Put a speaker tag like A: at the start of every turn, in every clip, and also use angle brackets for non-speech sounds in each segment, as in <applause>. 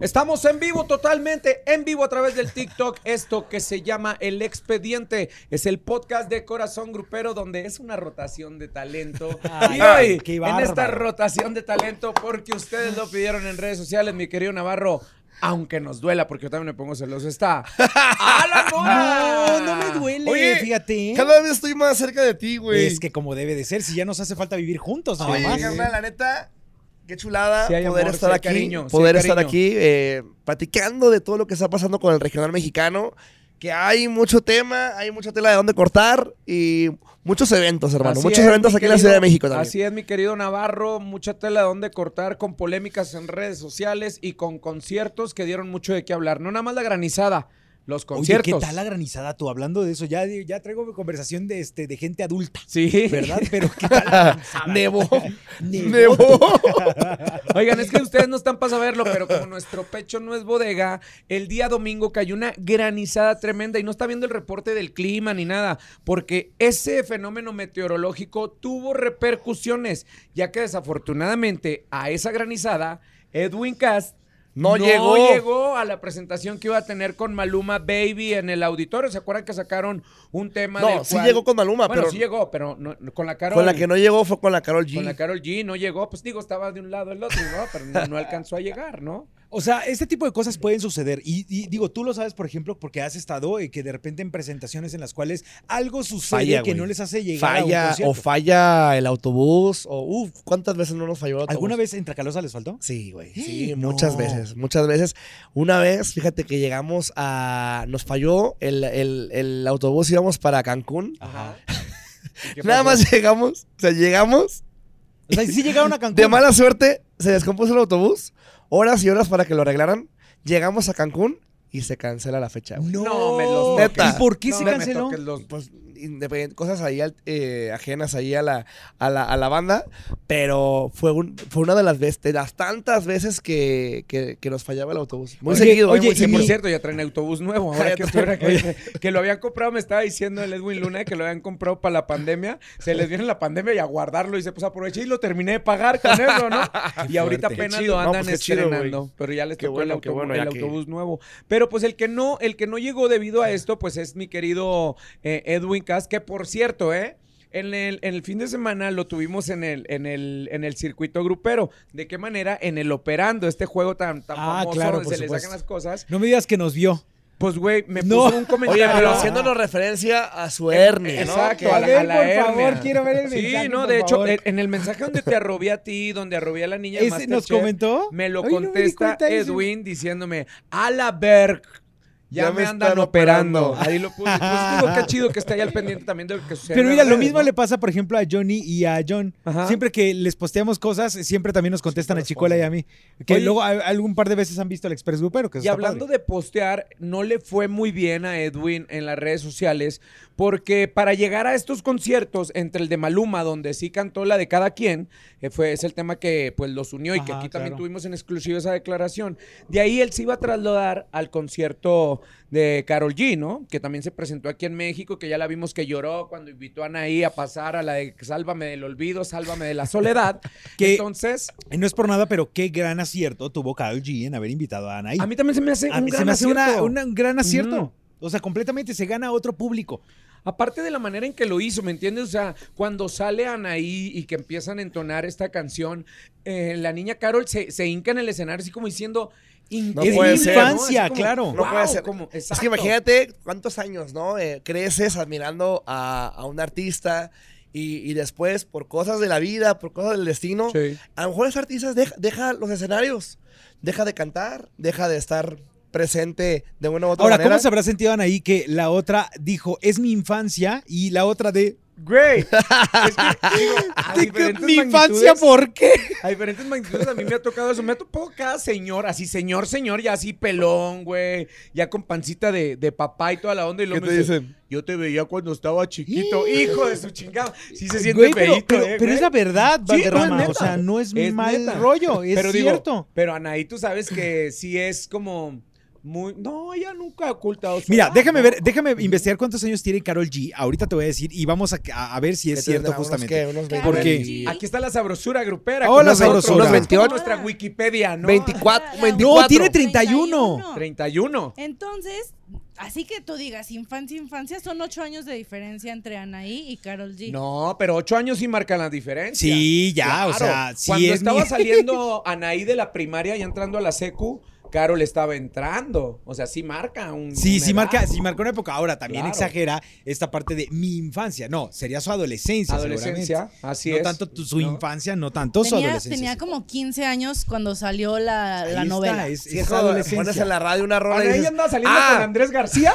A: Estamos en vivo totalmente, en vivo a través del TikTok, esto que se llama El Expediente. Es el podcast de Corazón Grupero donde es una rotación de talento.
B: <laughs> Ay,
A: y hoy,
B: qué
A: en
B: bárbaro.
A: esta rotación de talento, porque ustedes lo pidieron en redes sociales, mi querido Navarro, aunque nos duela, porque yo también me pongo celoso,
B: <laughs>
A: está Alan Mora.
B: No, no me duele,
C: Ah. Oye,
B: fíjate.
C: Cada vez estoy más cerca de ti, güey.
B: Es que como debe de ser, si ya nos hace falta vivir juntos, nada
C: Oye,
B: más.
C: carnal, la neta, qué chulada
A: Sí hay
C: poder
A: amor, sí
C: estar
A: hay
C: aquí,
A: cariño, sí
C: poder
A: hay
C: estar
A: cariño.
C: aquí eh, platicando de todo lo que está pasando con el regional mexicano. Que hay mucho tema, hay mucha tela de dónde cortar y muchos eventos, hermano.
A: Así
C: muchos
A: es,
C: eventos
A: mi
C: aquí en la
A: querido-
C: Ciudad de México también.
A: Así es, mi querido Navarro, mucha tela donde cortar con polémicas en redes sociales y con conciertos que dieron mucho de qué hablar. No nada más la granizada, los
B: Oye,
A: conciertos.
B: ¿qué tal la granizada tú? Hablando de eso, ya, ya traigo conversación de, este, de gente
C: <laughs>
B: adulta,
A: Sí.
B: ¿verdad? Pero ¿qué tal la granizada?
C: Nevó.
B: Nevó.
C: Nevó.
A: Oigan, es que ustedes no están para saberlo, pero como nuestro pecho no es bodega, el día domingo cayó una granizada tremenda y no está viendo el reporte del clima ni nada, porque ese fenómeno meteorológico tuvo repercusiones, ya que desafortunadamente a esa granizada, Edwin Cast
C: No llegó.
A: llegó a la presentación que iba a tener con Maluma Baby en el auditorio. ¿Se acuerdan que sacaron un tema del
C: <laughs> No, sí
A: cual-
C: llegó con Maluma,
A: Bueno,
C: pero
A: sí llegó, pero no- no- con la cara
C: con la que no llegó fue con la Carol G.
A: con la Carol G no llegó, pues digo, estaba de un lado al otro, ¿no? Pero no, no alcanzó a llegar, ¿no?
B: O sea, este tipo de cosas pueden suceder. Y, y digo, tú lo sabes, por ejemplo, porque has estado eh, que de repente en presentaciones en las cuales algo sucede
C: Falla,
B: que
C: güey.
B: no les hace llegar a un
C: falla o
B: concierto.
C: falla el autobús o uff, ¿cuántas veces no nos falló el autobús?
B: ¿Alguna vez en Tracalosa les faltó?
C: Sí, güey. Sí,
B: ¡Eh! <gasps>
C: muchas
B: No.
C: veces, muchas veces. Una vez, fíjate que llegamos a. Nos falló el, el- el autobús, íbamos para Cancún.
A: Ajá.
C: Nada más <laughs> llegamos, o sea, llegamos.
B: O sea, sí llegaron a Cancún.
C: <laughs> De mala suerte, se descompuso el autobús. Horas y horas para que lo arreglaran. Llegamos a Cancún y se cancela la fecha, güey.
B: No,
A: No, me los
C: Neta.
B: ¿Y por qué se
A: No me
B: canceló?
A: toques los-
C: Pues independen- cosas ahí al- eh, ajenas ahí a la, a, la, a la banda, pero fue, un, fue una de las, veces, de las tantas veces que, que- que nos fallaba el autobús. Muy
B: Oye,
C: seguido, eh,
B: oye,
C: muy
B: y-
A: Que
C: seguido.
A: por cierto, ya traen autobús
C: <laughs>
A: nuevo. Ahora que,
C: Cállate.
A: estuviera acá, <laughs> que lo habían comprado, me estaba diciendo el Edwin Luna que lo habían comprado para la pandemia. Se les viene la pandemia y a guardarlo. Y se pues aproveché y lo terminé de pagar con eso,
C: <laughs>
A: ¿no? y ahorita
B: fuerte.
A: apenas
C: Qué chido,
A: lo
C: no,
A: andan
C: pues qué chido,
A: estrenando.
C: güey.
A: pero ya les
C: Qué
A: tocó el,
C: bueno, qué
A: autobús-
C: bueno,
A: el
C: ya que-
A: autobús nuevo. Pero pues el que no, el que no llegó debido a esto, pues es mi querido eh, Edwin Cass, que por cierto, ¿eh? En el, en el fin de semana lo tuvimos en el, en el, en el circuito grupero. ¿De qué manera? En el operando, este juego tan, tan
B: Ah,
A: famoso
B: claro,
A: donde
B: por
A: se le sacan
B: supuesto.
A: las cosas.
B: No me digas que nos vio.
A: Pues, güey, me
B: No.
A: puso un comentario.
C: Oye, pero
B: Ah.
C: haciéndonos referencia a su hernia, ¿no?
A: Exacto,
C: Que-
A: a la, a la
B: por
A: hernia.
B: favor, quiero ver el mensaje,
A: Sí, no,
B: por
A: de hecho, eh,
B: favor.
A: en, en el mensaje donde te arrobé a ti, donde arrobé a la niña de
B: ¿Ese nos
A: Masterchef,
B: comentó?
A: Me lo
B: Ay, no me di
A: contesta
B: cuenta de eso.
A: Edwin diciéndome, a la Berg. Ya,
C: Ya
A: me,
C: me
A: andan
C: están
A: operando.
C: operando.
A: Ahí lo puse. Pues digo, qué chido que esté ahí al pendiente también de lo que sucede.
B: Pero
A: en
B: mira,
A: las
B: lo
A: redes,
B: mismo
A: ¿no?
B: le pasa, por ejemplo, a Johnny y a John.
A: Ajá.
B: Siempre que les posteamos cosas, siempre también nos contestan a Chicuela y a mí. Que
A: Oye.
B: luego a- algún par de veces han visto al Express Grupero. Que
A: Y hablando de postear, no le fue muy bien a Edwin en las redes sociales, porque para llegar a estos conciertos, entre el de Maluma, donde sí cantó la de cada quien, eh, fue, es el tema que pues los unió y que
B: Ajá,
A: aquí también
B: claro.
A: tuvimos en exclusiva esa declaración. De ahí él se iba a trasladar al concierto de Carol G, ¿no? Que también se presentó aquí en México, que ya la vimos que lloró cuando invitó a Anaí a pasar a la de Sálvame del olvido, sálvame de la soledad.
B: <laughs> Que-
A: Entonces,
B: de... No es por nada, pero qué gran acierto tuvo Kyle G en haber invitado a Anaí.
A: a mí también se me hace
B: A
A: un
B: mí se
A: gran
B: me hace una-
A: acierto.
B: una- un gran acierto.
A: Ujú.
B: O sea, completamente se gana otro público.
A: Aparte de la manera en que lo hizo, ¿me entiendes? O sea, cuando sale Anaí y que empiezan a entonar esta canción, eh, la niña Carol se, se hinca en el escenario así como diciendo... increíble,
C: puede
A: ¿no?
C: ser.
B: Infancia,
A: Así como,
B: claro. No
C: No
A: "Wow",
C: puede ser.
A: como-
C: es
A: exacto.
C: que imagínate cuántos años, ¿no? Eh, creces admirando a, a un artista y, y después, por cosas de la vida, por cosas del destino,
A: Sí.
C: a lo mejor ese artista deja, deja los escenarios, deja de cantar, deja de estar presente de una u otra
B: Ahora,
C: manera.
B: ¿cómo se habrá sentido Anaí que la otra dijo, es mi infancia? Y la otra de,
A: Güey. <laughs> Es que,
B: <laughs>
A: digo, a
B: "¿De qué-
A: diferentes
B: ¿mi infancia
A: magnitudes-
B: por qué?
A: A diferentes magnitudes a mí me ha tocado eso. Me ha tocado cada señor, así señor, señor, ya así pelón, güey. Ya con pancita de, de papá y toda la onda. Y
C: ¿Qué
A: luego
C: te
A: me dice,
C: dicen?
A: Yo te veía cuando estaba chiquito. Hijo de su chingada. Sí se siente
B: Güey, pero,
A: feíto,
B: pero-
A: eh,
B: pero es
A: güey.
B: la verdad,
A: Sí, no, es
B: Valderrama.
A: neta.
B: o sea, no es,
A: Es
B: mal
A: neta.
B: rollo, es
A: pero digo,
B: cierto.
A: pero Anaí, tú sabes que sí es como Muy, no, ella nunca ha ocultado su
B: Mira,
A: edad,
B: déjame
A: ¿no?
B: ver, déjame investigar cuántos años tiene Carol G. Ahorita te voy a decir y vamos a, a- a ver si es cierto justamente.
D: Claro,
B: Porque-
D: sí.
A: Aquí está la sabrosura grupera.
B: Hola,
A: con nosotros,
B: sabrosura.
A: con
C: 28.
A: nuestra Wikipedia, ¿no?
C: 24,
D: No,
C: 24.
B: tiene 31.
A: 31.
D: Entonces, así que tú digas, infancia, infancia, son ocho años de diferencia entre Anaí y Carol G.
A: No, pero ocho años sí marcan la diferencia.
B: Sí, ya, o
A: Claro.
B: sea, sí
A: Cuando
B: es mi- <laughs>
A: estaba saliendo Anaí de la primaria y entrando a la secu, Carol estaba entrando. O sea, sí marca un.
B: <laughs> Sí,
A: una
B: sí
A: edad.
B: marca, sí marca una época. Ahora también
A: Claro.
B: exagera esta parte de mi infancia. No, sería su adolescencia.
A: Adolescencia,
B: seguramente.
A: así
B: no
A: es.
B: tanto tu- su
A: ¿No?
B: infancia, no tanto su
D: tenía,
B: adolescencia.
D: tenía
B: sí.
D: como 15 años cuando salió la,
B: Ahí
D: la
B: está,
D: novela.
B: es-
C: Sí,
B: es
C: es como
B: adolescencia.
C: pones en la radio una rola y
A: Anaí
C: dices,
A: andaba saliendo
C: "Ah,
A: con Andrés García.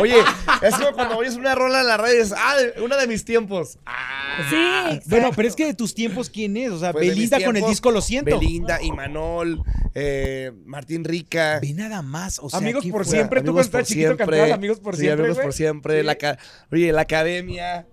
C: Oye, <laughs> es como cuando oyes una rola en la radio y dices, ah, de- una de mis tiempos. Ah.
D: Sí, exacto.
B: Bueno, pero es que de tus tiempos, ¿quién es? O sea,
C: Pues de mis
B: Ah, Belinda con el
C: tiempos,
B: disco Lo Siento.
C: Belinda, Imanol, eh, Martín Rica.
B: Ve nada más. O sea,
A: Amigos
B: qué
A: por
B: fuerte.
A: siempre, tú
C: Amigos
A: cuando estabas
C: por
A: chiquito
C: siempre.
A: cantabas Amigos por
C: Sí,
A: siempre,
C: Amigos
A: güey.
C: por siempre.
A: Sí.
C: La ca- Oye, la academia.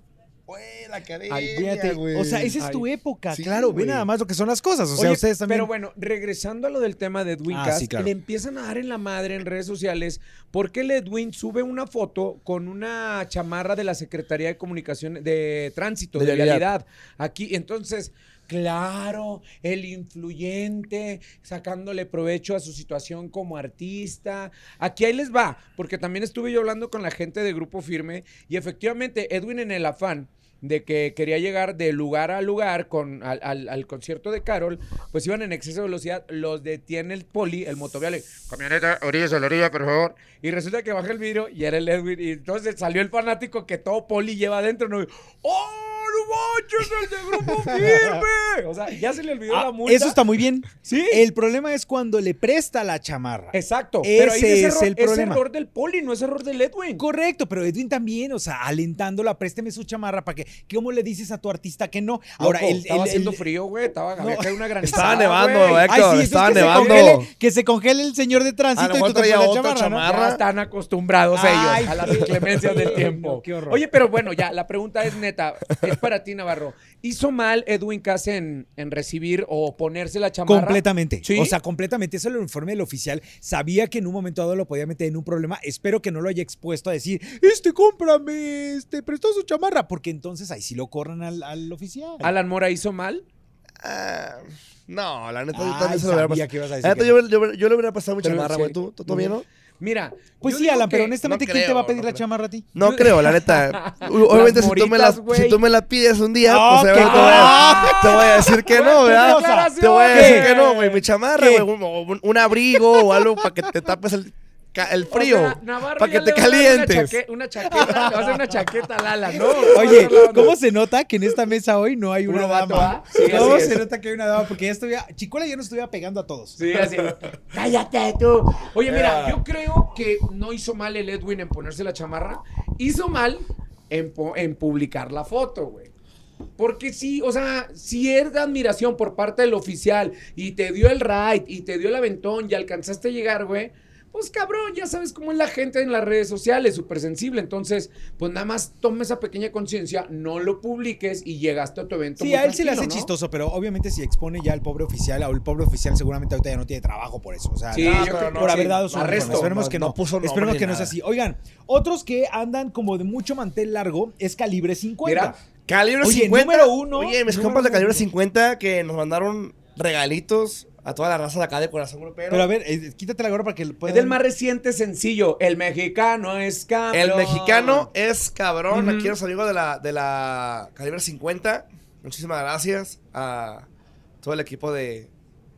C: Güey, la academia.
A: Ay,
B: Fíjate,
C: güey.
B: o sea, esa es
A: Ay.
B: tu época,
C: Sí,
B: claro, ve
C: güey.
B: nada más lo que son las cosas, <laughs> o sea,
A: Oye,
B: ustedes también.
A: Pero bueno, regresando a lo del tema de Edwin
B: Ah,
A: Cass,
B: sí, claro.
A: le empiezan a dar en la madre en redes sociales porque el Edwin sube una foto con una chamarra de la Secretaría de Comunicación de Tránsito,
C: De
A: de,
C: Vialidad.
A: Vialidad. Aquí, entonces, claro, el influyente sacándole provecho a su situación como artista. Aquí ahí les va, porque también estuve yo hablando con la gente de Grupo Firme y efectivamente Edwin en el afán de que quería llegar de lugar a lugar con, al, al- al concierto de Carol, pues iban en exceso de velocidad, los detiene el poli, el motovial, y, camioneta, orillas a la orilla, por favor. Y resulta que baja el vidrio y era el Edwin, y entonces salió el fanático que todo poli lleva adentro, ¿no? Y, ¡Oh, no manches, el de Grupo Firme! <laughs> O sea, ya se le olvidó
B: Ah,
A: la multa.
B: eso está muy bien.
A: <laughs> Sí.
B: El problema es cuando le presta la chamarra.
A: Exacto.
B: Ese
A: dice
B: es
A: error-
B: el problema.
A: error del poli, no es error del Edwin.
B: Correcto, pero Edwin también, o sea, alentándola, présteme su chamarra para que, ¿cómo le dices a tu artista que no? Ahora,
A: Loco,
B: el-
A: estaba
B: el-
A: haciendo
B: el-
A: frío, güey. Estaba,
B: No.
A: había caído una granizada.
C: Estaba nevando,
A: güey.
C: eh. Héctor,
B: entonces
C: estaba
B: que se
C: nevando.
B: congele- que se congele el señor de
C: A
B: tránsito
C: lo
B: y
C: mejor
B: tú te
C: traía
B: pones la
C: otra
B: chamarra, ¿no?
C: chamarra.
A: Ya están acostumbrados
B: Ay.
A: ellos a las inclemencias del
B: No,
A: tiempo.
B: qué horror.
A: Oye, pero bueno, ya, la pregunta es neta. Es para ti, Navarro. ¿Hizo mal Edwin Cass en, en recibir o ponerse la chamarra?
B: Completamente.
A: ¿Sí?
B: O sea, completamente. Eso lo informe el oficial. Sabía que en un momento dado lo podía meter en un problema. Espero que no lo haya expuesto a decir, este, cómprame, este, prestó su chamarra. Porque entonces ahí sí lo corran al, al oficial.
A: ¿Alan Mora hizo mal?
C: Ah, no, la neta, yo
B: Ay,
C: también se lo hubiera
B: sabía
C: pasado.
B: que ibas a
C: La
B: decir
C: neta,
B: que
C: yo,
B: no.
C: yo- yo le hubiera pasado mi
A: Pero
C: chamarra,
A: sí.
C: güey. ¿Tú, tú, tú bien, no?
A: Mira.
B: Pues
A: yo
B: sí,
A: digo
B: Alan, pero
A: que-
B: honestamente,
C: no
B: ¿quién te va a
C: creo,
B: pedir
C: no
B: la
C: creo.
B: chamarra a ti?
C: No creo, la
B: <laughs>
C: neta. U- Obviamente, si tú, me la,
A: moritas, güey.
C: si tú me la pides un día,
B: No,
C: pues
B: que
C: obviamente
B: no.
C: te voy a- te voy a decir
B: <laughs>
C: que no, ¿verdad?
B: cosa.
C: Te voy a decir
B: ¿Qué?
C: que no, güey. Mi chamarra,
B: ¿Qué?
C: güey. Un, un- un abrigo o algo para que te tapes el, ca- el frío. para que te
A: Una,
C: calientes.
A: chaque- una chaqueta, le va a hacer una chaqueta al Alan, ¿no?
B: Oye, ¿cómo se nota que en esta mesa hoy no hay una
A: Puro vato, ¿ah?
B: dama?
A: Sí,
B: ¿Cómo
A: así es.
B: se nota que hay una dama? Porque ya estuviera, Chicuela yo no estuviera pegando a todos.
A: Sí, así. Cállate tú. Oye, mira, yo creo que no hizo mal el Edwin en ponerse la chamarra. Hizo mal en, po- en publicar la foto, güey. Porque sí, o sea, si era admiración por parte del oficial y te dio el ride y te dio el aventón y alcanzaste a llegar, güey. Pues cabrón, ya sabes cómo es la gente en las redes sociales, súper sensible. Entonces, pues nada más toma esa pequeña conciencia, no lo publiques y llegaste a tu evento.
B: Sí,
A: muy
B: a él se le
A: tranquilo,
B: hace
A: ¿no?
B: chistoso, pero obviamente si expone ya al pobre oficial, o el pobre oficial seguramente ahorita ya no tiene trabajo por eso. O sea,
A: Sí,
B: Ah, no,
A: yo creo que
B: por
A: sí.
B: haber dado su uniforme.
A: Arresto.
B: Esperemos
C: No,
B: que no.
C: no puso nombre
B: Esperemos
C: ni
B: que no sea
C: nada.
B: así. Oigan, otros que andan como de mucho mantel largo es calibre 50.
A: Mira.
C: Calibre
B: Oye,
C: 50.
B: número uno,
C: Oye, mis
B: número
C: compas de
B: uno.
C: Calibre 50 que nos mandaron regalitos a toda la raza de acá de Corazón Grupero.
B: Pero a ver, eh, quítate la gorra para que pueda.
A: Es del más reciente sencillo, El Mexicano es
B: ah,
A: cabrón.
C: El mexicano es cabrón.
A: Ujú.
C: Aquí los amigos de la, de la Calibre 50. Muchísimas gracias a todo el equipo de...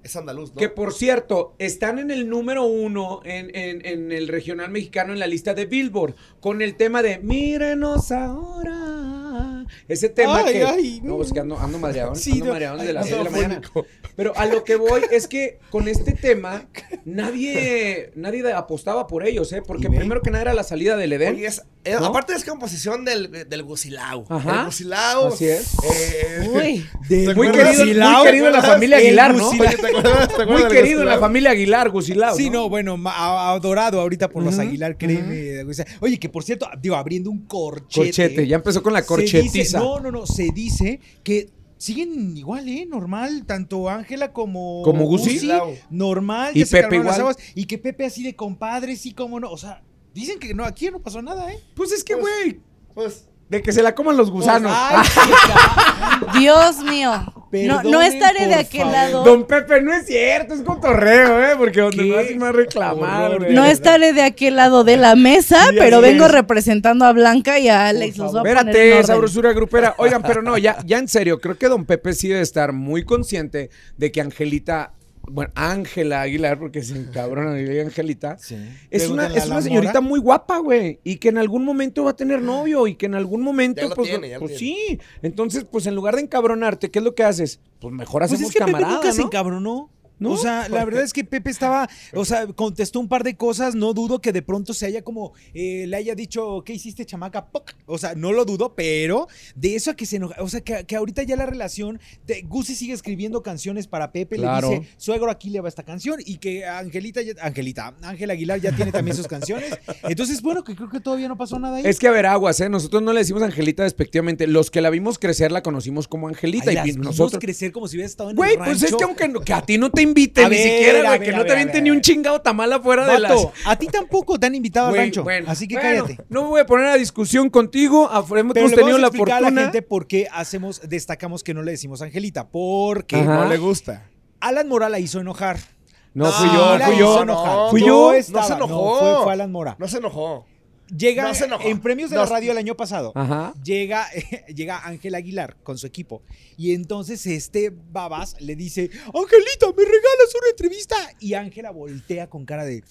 C: Es andaluz, ¿no?
A: Que por cierto, están en el número uno en, en- en el regional mexicano en la lista de Billboard con el tema de Mírenos ahora. Ese tema
B: Ay,
A: que.
B: ay.
A: no, es que ando, ando mareado.
B: Sí,
A: ando
B: no,
A: mareado
B: ay,
A: de las 6
B: no,
A: de la mañana. Pero a lo que voy es que con este
B: <laughs>
A: tema nadie, nadie apostaba por ellos, ¿eh? Porque
B: Y ve.
A: primero que nada era la salida del Edén.
C: Oye, es- es-
A: ¿No?
C: aparte es composición del, del Gusilao.
A: Ajá.
C: El Gusilao.
A: Así es.
C: eh, <laughs>
B: Uy,
C: ¿Te
B: de
A: muy
C: acuerdas?
A: querido, muy
B: Gusilao,
A: querido en la
B: ¿te acuerdas?
A: familia
B: El
A: Aguilar, ¿no?
B: Gusilao.
C: ¿Te acuerdas? ¿Te acuerdas
A: Muy
C: del
A: querido en la
C: Gusilao?
A: familia Aguilar, Gusilao.
B: Sí, no, bueno, ma- a- adorado ahorita por los
A: Ujú,
B: Aguilar, créeme. o sea, Oye, que por cierto, digo, abriendo un corchete.
A: Corchete, ya empezó con la
B: se dice-
A: corchetiza.
B: no, no, no, se dice que siguen igual, ¿eh? Normal, tanto Ángela como.
A: Como Gusi.
B: Gusi, Normal,
A: Y
B: ya se
A: Pepe
B: calmaron las
A: igual.
B: aguas, Y que Pepe así de compadre, sí, cómo no. O sea, dicen que no, aquí no pasó nada, ¿eh?
A: Pues es que, güey,
C: Pues,
A: de que se la coman los gusanos. Ah,
B: Ay, chica,
D: Dios mío. No, no
B: Perdonen,
D: estaré de
B: por
D: aquel
B: favor.
D: lado.
A: Don Pepe, no es cierto, es cotorreo, ¿eh? Porque donde
B: Qué
A: me hacen más reclamar,
B: horror,
A: güey.
D: No estaré de aquel lado de la mesa,
A: Sí,
D: pero
A: así
D: vengo
A: es.
D: representando a Blanca y a Alex. Los voy a poner en
A: Espérate,
D: orden.
A: esa brosura grupera. Oigan, pero no, ya, ya en serio, creo que don Pepe sí debe estar muy consciente de que Angelita, bueno, Ángela Aguilar, porque se encabrona y Angelita, es una,
B: Pregúntenle a
A: es
B: la
A: una señorita
B: mora.
A: muy guapa, güey, y que en algún momento va a tener novio y que en algún momento,
C: Ya lo
A: pues,
C: tiene, ya lo
A: pues
C: tiene.
A: sí. Entonces, pues en lugar de encabronarte, ¿qué es lo que haces? Pues mejor
B: Pues
A: hacemos
B: es que Pepe
A: camarada,
B: nunca se
A: ¿no?
B: encabronó.
A: ¿No?
B: O sea, la verdad es que Pepe estaba, o sea, contestó un par de cosas, no dudo que de pronto se haya como, eh, le haya dicho, ¿qué hiciste, chamaca? Poc. O sea, no lo dudo, pero de eso a que se enoja, o sea, que, que ahorita ya la relación, de, Gusi sigue escribiendo canciones para Pepe,
A: Claro.
B: le dice, suegro, aquí le va esta canción, y que Angelita, ya- Angelita, Ángela Aguilar ya tiene también
A: <laughs>
B: sus canciones. Entonces, bueno, que creo que todavía no pasó nada ahí.
A: Es que a ver, aguas, ¿eh? Nosotros no le decimos Angelita despectivamente. Los que la vimos crecer la conocimos como
B: Ay,
A: Angelita.
B: las
A: y
B: vimos
A: nosotros.
B: crecer como si hubiera estado en
A: Güey,
B: el
A: pues es que
B: rancho.
A: aunque no- que a ti no te inviten
B: A
A: ni
B: ver,
A: siquiera,
B: a
A: güey,
B: ver,
A: que
B: a
A: no
B: ver,
A: te
B: a ver,
A: avienten
B: a
A: ni
B: ver.
A: un chingado tamal afuera de las...
B: Vato, a ti tampoco te han invitado
A: Güey,
B: al rancho,
A: bueno,
B: así que
A: bueno,
B: cállate.
A: No me voy a poner a discusión contigo. af- Hemos
B: Pero le
A: tenido
B: vamos a
A: la
B: explicar a la
A: fortuna.
B: gente por qué hacemos, destacamos que no le decimos Angelita, porque
A: Ajá.
C: no le gusta.
B: Alan Mora la hizo enojar.
A: No,
C: Ah,
A: fui yo,
B: la
A: fui
B: hizo
A: yo.
B: enojar.
C: no,
A: fui
B: Yo
A: yo.
C: no
B: estaba-
C: se enojó.
B: fue, fue Alan Mora.
C: No se enojó.
B: Llega
C: no se enojó.
B: en premios de
C: No
B: la
C: se-
B: radio el año pasado.
A: Ajá.
B: Llega, <laughs> llega Ángel Aguilar con su equipo. Y entonces este babas le dice: Angelita, ¿me regalas una entrevista? Y Ángela voltea con cara de.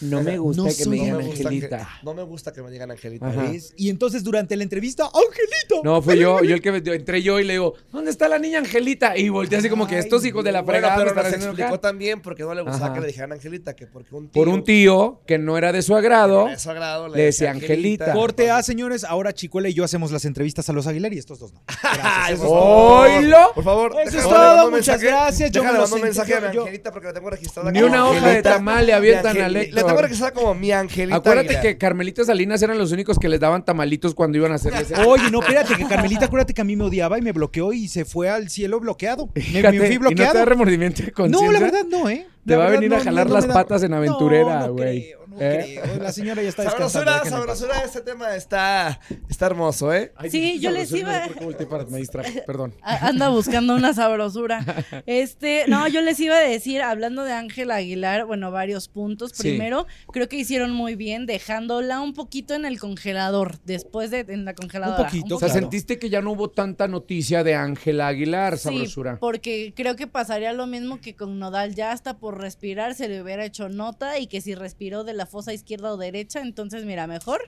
A: No me gusta
B: no
A: que
B: soy-
A: me
C: no,
A: digan
C: me gusta que,
A: Angelita.
C: no me gusta que me digan Angelita.
A: Ajá.
C: ¿ves?
B: "¿Ves?". Y entonces durante la entrevista, Angelita.
A: No, fui yo. Yo el que me- entré yo y le digo, ¿dónde está la niña Angelita? Y volteé así como que
B: Ay,
A: estos hijos de la
C: Bueno,
A: fregada me
C: pero
A: están
C: nos
A: haciendo
C: explicó
A: enojar.
C: también porque no le gustaba
A: Ajá.
C: que le dijeran Angelita, que porque un tío.
A: Por un tío que no era de su agrado.
C: de su agrado,
A: le decía Angelita.
B: Corte A, señores. Ahora Chicuela y yo hacemos las entrevistas a los Aguilar y estos dos
A: <laughs>
B: no. Gracias. esos
A: Oh.
B: dos no.
A: Ah, ¡Oilo!
C: Por favor,
B: Eso es
C: déjale,
B: todo,
C: mando un
B: muchas
C: mensaje.
B: gracias, yo me
C: Déjale,
B: lo
C: mando un
B: sentí,
C: mensaje a mi
B: yo-
C: Angelita porque la tengo registrada.
A: Ni
C: como
A: una hoja de
C: Angelita.
A: tamal le
C: Mi
A: avientan a
C: Angel-
A: Lector.
C: La tengo registrada como mi Angelita.
A: Acuérdate
C: Aguilar.
A: que Carmelita Salinas eran los únicos que les daban tamalitos cuando iban a hacer
B: <laughs>
A: ese.
B: Oye, no, espérate, que Carmelita, acuérdate que a mí me odiaba y me bloqueó y se fue al cielo bloqueado. Me- Me,
A: Fíjate,
B: fui
A: ¿Y no te da
B: bloqueado.
A: remordimiento de
B: No,
A: conciencia?
B: la verdad no, ¿eh?
A: Te
B: La
A: va a
B: verdad,
A: venir a jalar las
B: me
A: patas en aventurera,
B: No, no
A: güey.
B: creo, no
A: ¿Eh?
B: creo. La señora ya está descansando.
C: Sabrosura,
B: déjenla en paz.
C: sabrosura, este tema está, está hermoso, ¿eh?
A: Ay,
D: Sí,
A: dije
D: yo les
A: sabrosura,
D: iba-
A: no sé por qué volteé para- me distraje, perdón.
D: A- Anda buscando
A: <laughs>
D: una sabrosura. Este, no, yo les iba a decir, hablando de Ángel Aguilar, bueno, varios puntos.
A: Sí.
D: Primero, creo que hicieron muy bien dejándola un poquito en el congelador, después de en la congeladora.
B: poquito,
A: O sea,
B: Claro.
A: sentiste que ya no hubo tanta noticia de Ángela Aguilar,
D: Sí,
A: sabrosura.
D: porque creo que pasaría lo mismo que con Nodal, ya hasta por respirar se le hubiera hecho nota y que si respiró de la fosa izquierda o derecha, entonces mira, mejor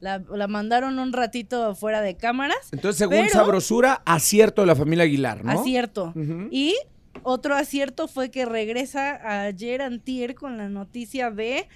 D: la, la mandaron un ratito fuera de cámaras.
A: Entonces, según
D: Pero-
A: sabrosura, acierto de la familia Aguilar, ¿no?
D: Acierto.
A: Ujú.
D: Y otro acierto fue que regresa ayer antier con la noticia de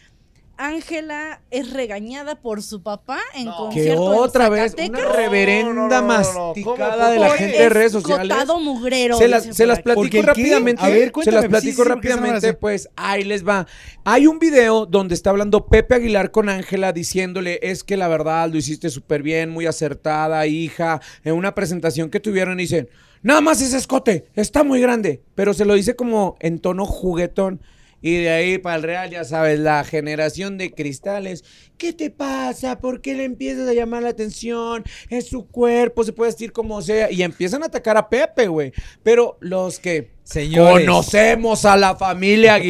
D: Ángela es regañada por su papá en
C: No.
A: Que
D: concierto en
A: otra vez, una
D: Zacatecas
A: reverenda
C: No, no, no, no, no.
A: masticada
C: ¿Cómo,
A: de la
D: por
C: cómo?
A: gente de redes sociales.
D: escotado mugrero.
A: Se las,
D: dicen
A: se
D: por
A: las
D: aquí.
B: ¿Porque
A: platico
B: el qué?
A: rápidamente.
B: A ver,
A: se
B: cuéntame,
A: las
B: sí,
A: platico
B: sí, sí, porque esa no me la
A: rápidamente,
B: sé.
A: pues ahí les va. Hay un video donde está hablando Pepe Aguilar con Ángela diciéndole, es que la verdad lo hiciste súper bien, muy acertada, hija, en una presentación que tuvieron y dicen, nada más ese escote, está muy grande, pero se lo dice como en tono juguetón. Y de ahí para el Real, ya sabes, la generación de cristales. ¿Qué te pasa? ¿Por qué le empiezas a llamar la atención? Es su cuerpo, se puede vestir como sea. Y empiezan a atacar a Pepe, güey. Pero los que
B: Señores.
A: conocemos a la familia
B: Ah,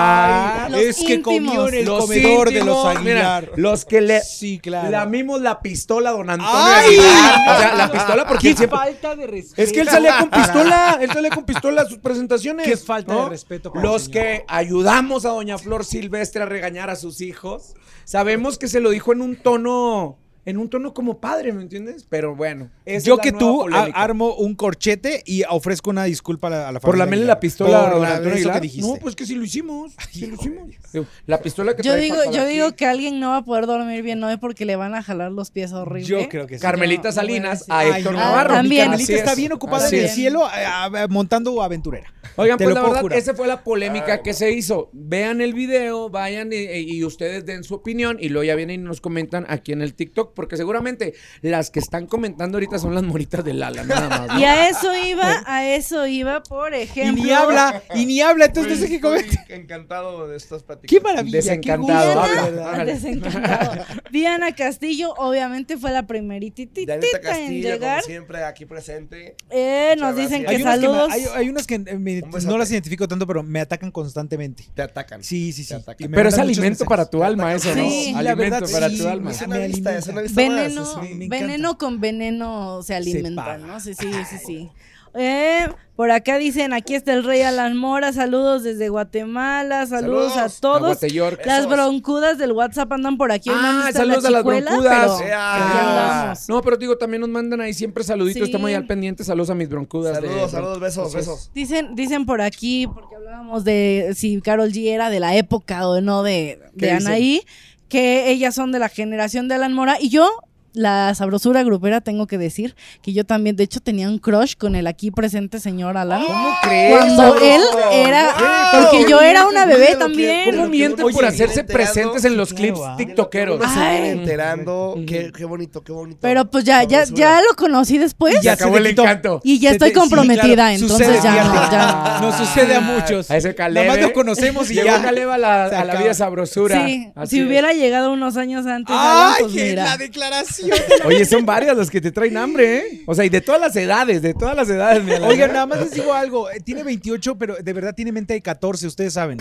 A: Aguilar.
D: Los
B: es que comió en el
A: los
B: comedor de
A: íntimos,
B: los
A: mira,
B: Aguilar.
A: los que le
B: sí, claro.
A: lamimos la pistola a don Antonio
B: ¡Ay!
A: Aguilar. O sea, la pistola porque él siempre...
B: falta de respeto.
A: Es que él salía con pistola, él salía con pistola a sus presentaciones.
B: Qué falta de respeto para el
A: Los
B: señor.
A: que ayudamos a Doña Flor Silvestre a regañar a sus hijos, sabemos que se lo dijo en un tono, en un tono como padre, ¿me entiendes? Pero bueno, esa es
B: Yo
A: la
B: que
A: nueva
B: tú a-
A: polémica.
B: armo un corchete y ofrezco una disculpa a la, a la
A: por
B: familia
A: la mela y
B: Aguilar.
A: la pistola
B: Por
A: don
B: la-
A: Antonio
B: eso que
A: Aguilar.
B: dijiste.
A: No, pues que sí lo hicimos, sí lo hicimos. Digo, La pistola que
D: Yo
A: trae
D: digo,
A: Juan
D: yo
A: Palacio.
D: digo que alguien no va a poder dormir bien hoy porque le van a jalar los pies horrible.
B: Yo creo que sí.
A: Carmelita
D: No, no voy a
A: Salinas
D: decir.
A: a
B: Ay,
A: Héctor
B: no,
D: Ah,
A: Navarro.
D: también.
B: Carmelita
A: Así
B: está
A: es,
B: bien ocupada
A: así
B: en el
A: es.
B: cielo a- a- montando aventurera.
A: Oigan,
B: Te
A: pues
B: lo
A: la
B: puedo
A: verdad,
B: jurar.
A: esa fue la polémica que se hizo. Vean el video, vayan y, e, y ustedes den su opinión y luego ya vienen y nos comentan aquí en el TikTok, porque seguramente las que están comentando ahorita son las moritas de Lala, nada más. ¿no?
D: <laughs> Y a eso iba,
A: ¿Eh?
D: a eso iba, por
B: Y
D: ejemplo.
B: ni habla, y ni habla, entonces no sé qué
C: Estoy
B: comer.
C: Encantado de estas pláticas.
B: Qué maravilla,
A: Desencantado,
B: qué gusto,
A: habla,
B: de verdad.
A: habla. Órale.
D: Desencantado. Diana Castillo, obviamente, fue la primeritita
C: Danita
D: en
C: Castillo, como
D: llegar.
C: siempre, aquí presente.
D: Eh, nos
C: Muchas
D: dicen
B: Hay
C: gracias.
D: que
B: unas que me-
D: saludos.
B: hay- hay unas que eh, me-
C: Un besote.
B: no las identifico tanto, pero me atacan constantemente.
C: Te atacan.
B: Sí, sí, sí.
C: Te atacan.
B: Y me
A: Pero es
B: mandan muchos
A: alimento
B: mensajes.
A: para tu alma eso, ¿no?
D: Sí,
B: la
A: alimento
B: verdad,
A: para
B: sí.
A: tu alma.
C: Es una
B: Me
C: vista, es una
B: alimenta.
C: vista más, es
D: Veneno,
C: un-
B: me encanta.
D: veneno con veneno se alimenta,
B: paga.
D: ¿no? Sí, sí, sí, sí. Eh, por acá dicen, aquí está el rey Alan Mora, saludos desde Guatemala, saludos,
C: Saludos.
D: a todos.
A: York.
D: Las
C: Esos.
D: broncudas del WhatsApp andan por aquí. hoy no han
A: Ah,
D: visto
A: saludos a las
D: chicuela,
A: broncudas.
D: pero
C: ¡Ea!
D: aquí andamos.
A: No, pero digo, también nos mandan ahí siempre saluditos.
D: Sí.
A: Estamos ahí al pendiente. Saludos a mis broncudas. de-
C: Saludos, saludos, besos,
A: Así es.
C: besos.
D: Dicen, dicen por aquí, porque hablábamos de si Carol G era de la época o no de, de
A: dicen?
D: Anaí, que ellas son de la generación de Alan Mora. Y yo, la sabrosura grupera, tengo que decir que yo también, de hecho, tenía un crush con el aquí presente señor Alan.
A: ¿Cómo crees?
D: Cuando él
C: ¡Wow!
D: era. ah,
C: ¡Wow!
D: Porque yo era
C: Mira
D: una
C: lo
D: bebé
C: que-
D: también.
C: Pero
A: ¿Cómo
C: que
A: mienten
C: uno
A: por
C: se
A: hacerse
C: enterando?
A: presentes en los
B: Sí,
A: clips
B: claro, ah.
A: tiktokeros?
C: Uno se
D: Ay.
C: viene enterando. Qué, qué bonito, qué bonito.
D: Pero pues ya, ya, ya lo conocí después.
A: Y ya
B: se
A: acabó
B: te
A: el
B: quitó.
A: encanto.
D: Y ya
B: Se
D: estoy
B: te- sí,
D: comprometida,
B: claro,
D: entonces
B: sucede,
D: ya,
B: fíjate.
A: <laughs>
D: ya.
B: Nos sucede a muchos.
A: A ese Caleb.
B: Nada más
A: ¿eh?
B: lo conocemos y
A: Llegó
B: ya.
A: Caleb a la,
B: Se
A: a la
B: acaba.
A: vida sabrosura.
D: Sí,
A: Así
D: si
A: es.
D: hubiera llegado unos años antes,
B: ¡Ay,
D: Alan, pues
B: qué-
D: mira.
B: la declaración!
A: Oye, son varias las que te traen hambre, ¿eh? O sea, y de todas las edades, de todas las edades. mi Alan.
B: Oigan, nada más les digo algo. Eh, Tiene 28, pero de verdad tiene mente de 14, ustedes saben.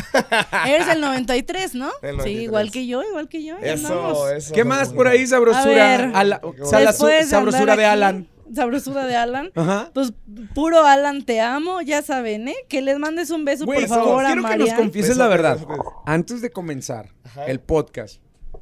D: Eres el 93, ¿no?
C: El
D: Sí,
C: 93.
D: igual que yo, igual que yo. ahí andamos.
C: Eso, eso.
A: ¿Qué más por ahí,
D: A
A: sabrosura?
D: ver.
A: A la-
C: Después
A: sala-
D: Después de andar
A: sabrosura de
D: aquí,
A: Alan.
D: Sabrosura de Alan.
A: Ajá.
D: Pues puro Alan, te amo, ya saben, ¿eh? Que les mandes un beso,
A: Güey,
D: por favor, a
A: quiero que nos
D: Marian.
A: confieses la
C: Besotes,
A: verdad.
C: besotes.
A: Antes de comenzar
C: Ajá.
A: el podcast,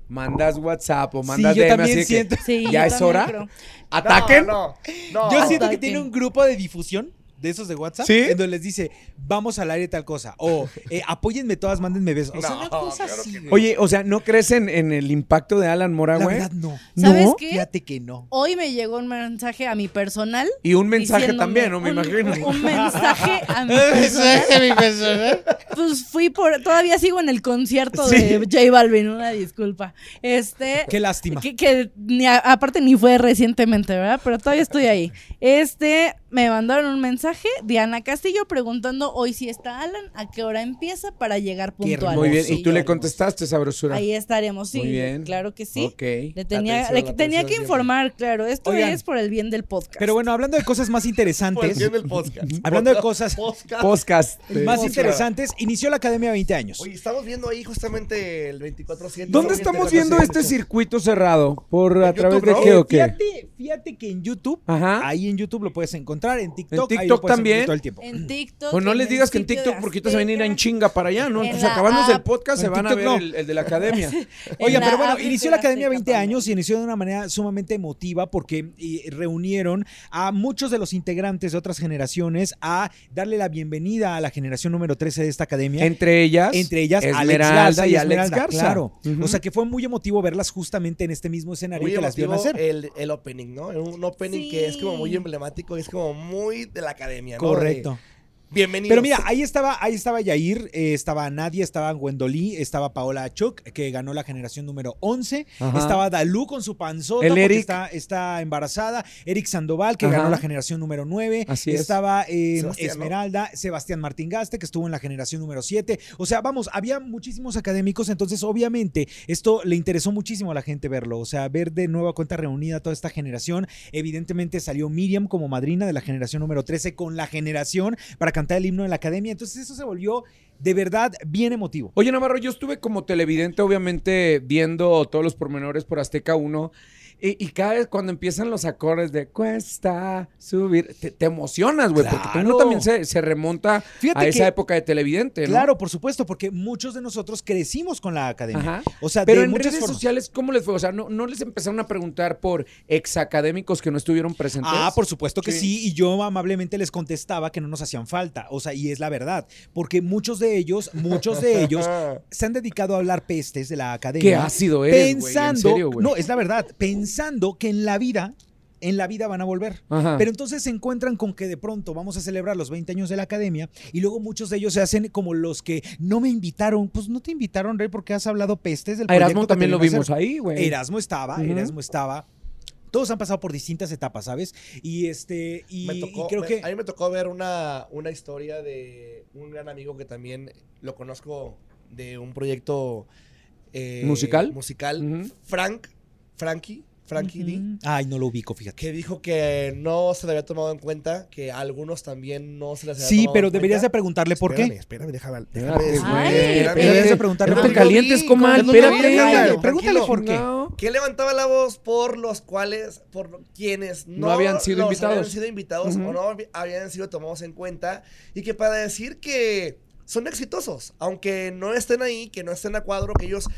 A: mandas WhatsApp o
B: Sí,
A: mandas
B: yo
A: DM, así
B: también
A: de que,
B: siento.
D: Sí,
A: ¿Ya
D: yo
A: es
D: también
A: hora?
D: creo.
A: ¿Ataquen?
C: No, no, Pues, no.
B: Yo siento que
D: Ataque.
B: tiene un grupo de difusión de esos de WhatsApp,
A: ¿Sí?
B: en donde les dice, vamos al aire tal cosa, o eh, apóyenme todas, mándenme besos. O sea,
C: No,
B: una cosa
C: claro
B: así.
C: que
B: güey.
A: Oye, o sea, ¿no crees en, en el impacto de Alan Mora,
B: la
A: güey?
B: verdad no.
D: ¿Sabes
A: ¿No?
D: qué?
B: Fíjate que no.
D: Hoy me llegó un mensaje a mi personal.
A: Y un mensaje
D: diciéndome
A: también, ¿no? Me
D: un-
A: imagino.
D: Un mensaje
A: <laughs>
D: a mi personal. Pues fui por. Todavía sigo en el concierto de J Balvin, una disculpa. Este.
B: Qué lástima.
D: Que, que ni a- aparte ni fue recientemente, ¿verdad? Pero todavía estoy ahí. Este, me mandaron un mensaje de Ana Castillo preguntando hoy si está Alan, a qué hora empieza para llegar puntual.
A: Muy bien, y tú le
B: hermosillo.
A: contestaste, sabrosura.
D: Ahí estaremos, sí.
A: Muy bien.
D: Claro que sí.
A: Ok.
D: Le tenía,
C: Atención,
D: le
C: atención
D: tenía que
C: siempre.
D: informar, claro. Esto
B: Oigan.
D: es por el bien del podcast.
B: Pero bueno, hablando de cosas más interesantes,
C: Hablando del podcast.
B: Hablando de cosas-
C: Podcast.
A: Podcast. eh,
B: más
C: Otra.
B: interesantes, inició la Academia a 20 años.
C: Oye, estamos viendo ahí justamente el 24-7.
A: ¿Dónde estamos viendo este circuito cerrado? ¿Por a
C: En
A: través
C: YouTube,
A: de
C: ¿no?
A: qué o qué?
B: Fíjate, fíjate que en YouTube,
A: Ajá.
B: ahí en YouTube lo puedes encontrar, en TikTok,
A: En
B: ahí
A: TikTok
B: lo puedes
A: también.
B: encontrar todo el
A: <clears throat>
B: tiempo.
D: En TikTok.
A: Pues no les
D: el
A: digas que en
D: sitio de
A: TikTok porque ahorita se van a ir en
D: Azteca.
A: chinga para allá, ¿no?
D: En
A: Entonces
D: la
A: acabamos el
D: app.
A: podcast, se
B: En
A: van a ver
B: TikTok no.
A: el, el de la academia.
D: <laughs>
B: Oye,
D: En la
B: pero bueno,
D: app de
B: inició la
D: Azteca
B: Academia 20
D: también.
B: años y inició de una manera sumamente emotiva porque eh, reunieron a muchos de los integrantes de otras generaciones a darle la bienvenida a la generación número 13 de esta academia.
A: Entre ellas,
B: entre ellas
A: Esmeralda
B: Alex Garza
A: y Alex
B: Esmeralda,
A: Garza.
B: Claro.
A: Ujú.
B: O sea que fue muy emotivo verlas justamente en este mismo escenario
C: Muy
B: que las vio
C: emotivo eh,
B: nacer.
C: el, el opening, ¿no? Un opening
D: Sí.
C: que es como muy emblemático y es como muy de la academia, ¿no?
B: Correcto.
C: De- bienvenidos.
B: Pero mira, ahí estaba, ahí estaba Yair, eh, estaba Nadia, estaba Gwendolí, estaba Paola Achok, que ganó la generación número 11,
A: Ajá.
B: estaba Dalú con su panzota,
A: El
B: porque
A: Eric.
B: Está, está embarazada, Eric Sandoval, que
A: Ajá.
B: ganó la generación número 9,
A: Así es.
B: estaba eh,
C: Sebastián, ¿no?
B: Esmeralda, Sebastián Martín Gaste, que estuvo en la generación número 7. O sea, vamos, había muchísimos académicos, entonces obviamente esto le interesó muchísimo a la gente verlo, o sea, ver de nueva cuenta reunida toda esta generación. Evidentemente salió Miriam como madrina de la generación número 13 con la generación para cantar el himno de la academia. Entonces eso se volvió de verdad bien emotivo.
A: Oye, Navarro, yo estuve como televidente, obviamente, viendo todos los pormenores por Azteca 1. Y, y cada vez cuando empiezan los acordes de cuesta subir, te, te emocionas, güey, porque
B: Claro.
A: uno también se, se remonta
B: Fíjate
A: a esa
B: que-
A: época de televidente, ¿no?
B: Claro, por supuesto, porque muchos de nosotros crecimos con la academia.
A: Ajá.
B: O sea,
A: Pero
B: de
A: en
B: muchas
A: redes
B: formas.
A: sociales, ¿cómo les fue? O sea, ¿no, ¿no les empezaron a preguntar por exacadémicos que no estuvieron presentes?
B: Ah, por supuesto que
A: Sí.
B: sí. y yo amablemente les contestaba que no nos hacían falta, o sea, y es la verdad, porque muchos de ellos, muchos de
A: <laughs>
B: ellos
C: Ah.
B: se han dedicado a hablar pestes de la academia.
A: Qué ácido eres, güey, en
B: pensando,
A: serio, güey.
B: no, es la verdad, pensando que en la vida en la vida van a volver.
A: Ajá.
B: Pero entonces se encuentran con que de pronto vamos a celebrar los 20 años de la academia y luego muchos de ellos se hacen como los que no me invitaron. Pues no te invitaron, Rey, porque has hablado pestes del
A: a Erasmo
B: proyecto que
A: también lo
B: te iban a
A: vimos
B: hacer.
A: ahí, güey.
B: Erasmo estaba,
A: Ujú.
B: Erasmo estaba. Todos han pasado por distintas etapas, ¿sabes? Y este, y,
C: Me
B: y
C: tocó-
B: creo
C: me-
B: que...
C: A mí me tocó ver una, una historia de un gran amigo que también lo conozco de un proyecto eh,
A: ¿Musical?
C: musical
A: Ujú.
C: Frank, Frankie, Frankie D,
B: Ujú. Ay, no lo ubico, fíjate.
C: que dijo que no se le había tomado en cuenta, que a algunos también no se les había
B: Sí,
C: tomado
B: pero
C: en
B: deberías de
C: cuenta.
B: preguntarle por
C: Espérame,
B: qué.
C: Espérame, déjame.
A: Espérate,
C: déjame
A: güey,
D: Ay,
B: deberías de
A: espérate.
B: preguntarle
A: No
B: por
A: te
B: qué.
A: calientes, comal,
C: No, no, no, no,
A: espérate.
C: no, no, no, no,
B: Pregúntale
C: tranquilo.
B: por qué.
A: No.
C: que levantaba la voz por los cuales, por lo- quienes no,
A: No habían sido
C: los
A: invitados.
C: habían sido invitados
A: Ujú.
C: o no habi- habían sido tomados en cuenta y que para decir que son exitosos, aunque no estén ahí, que no estén a cuadro, que ellos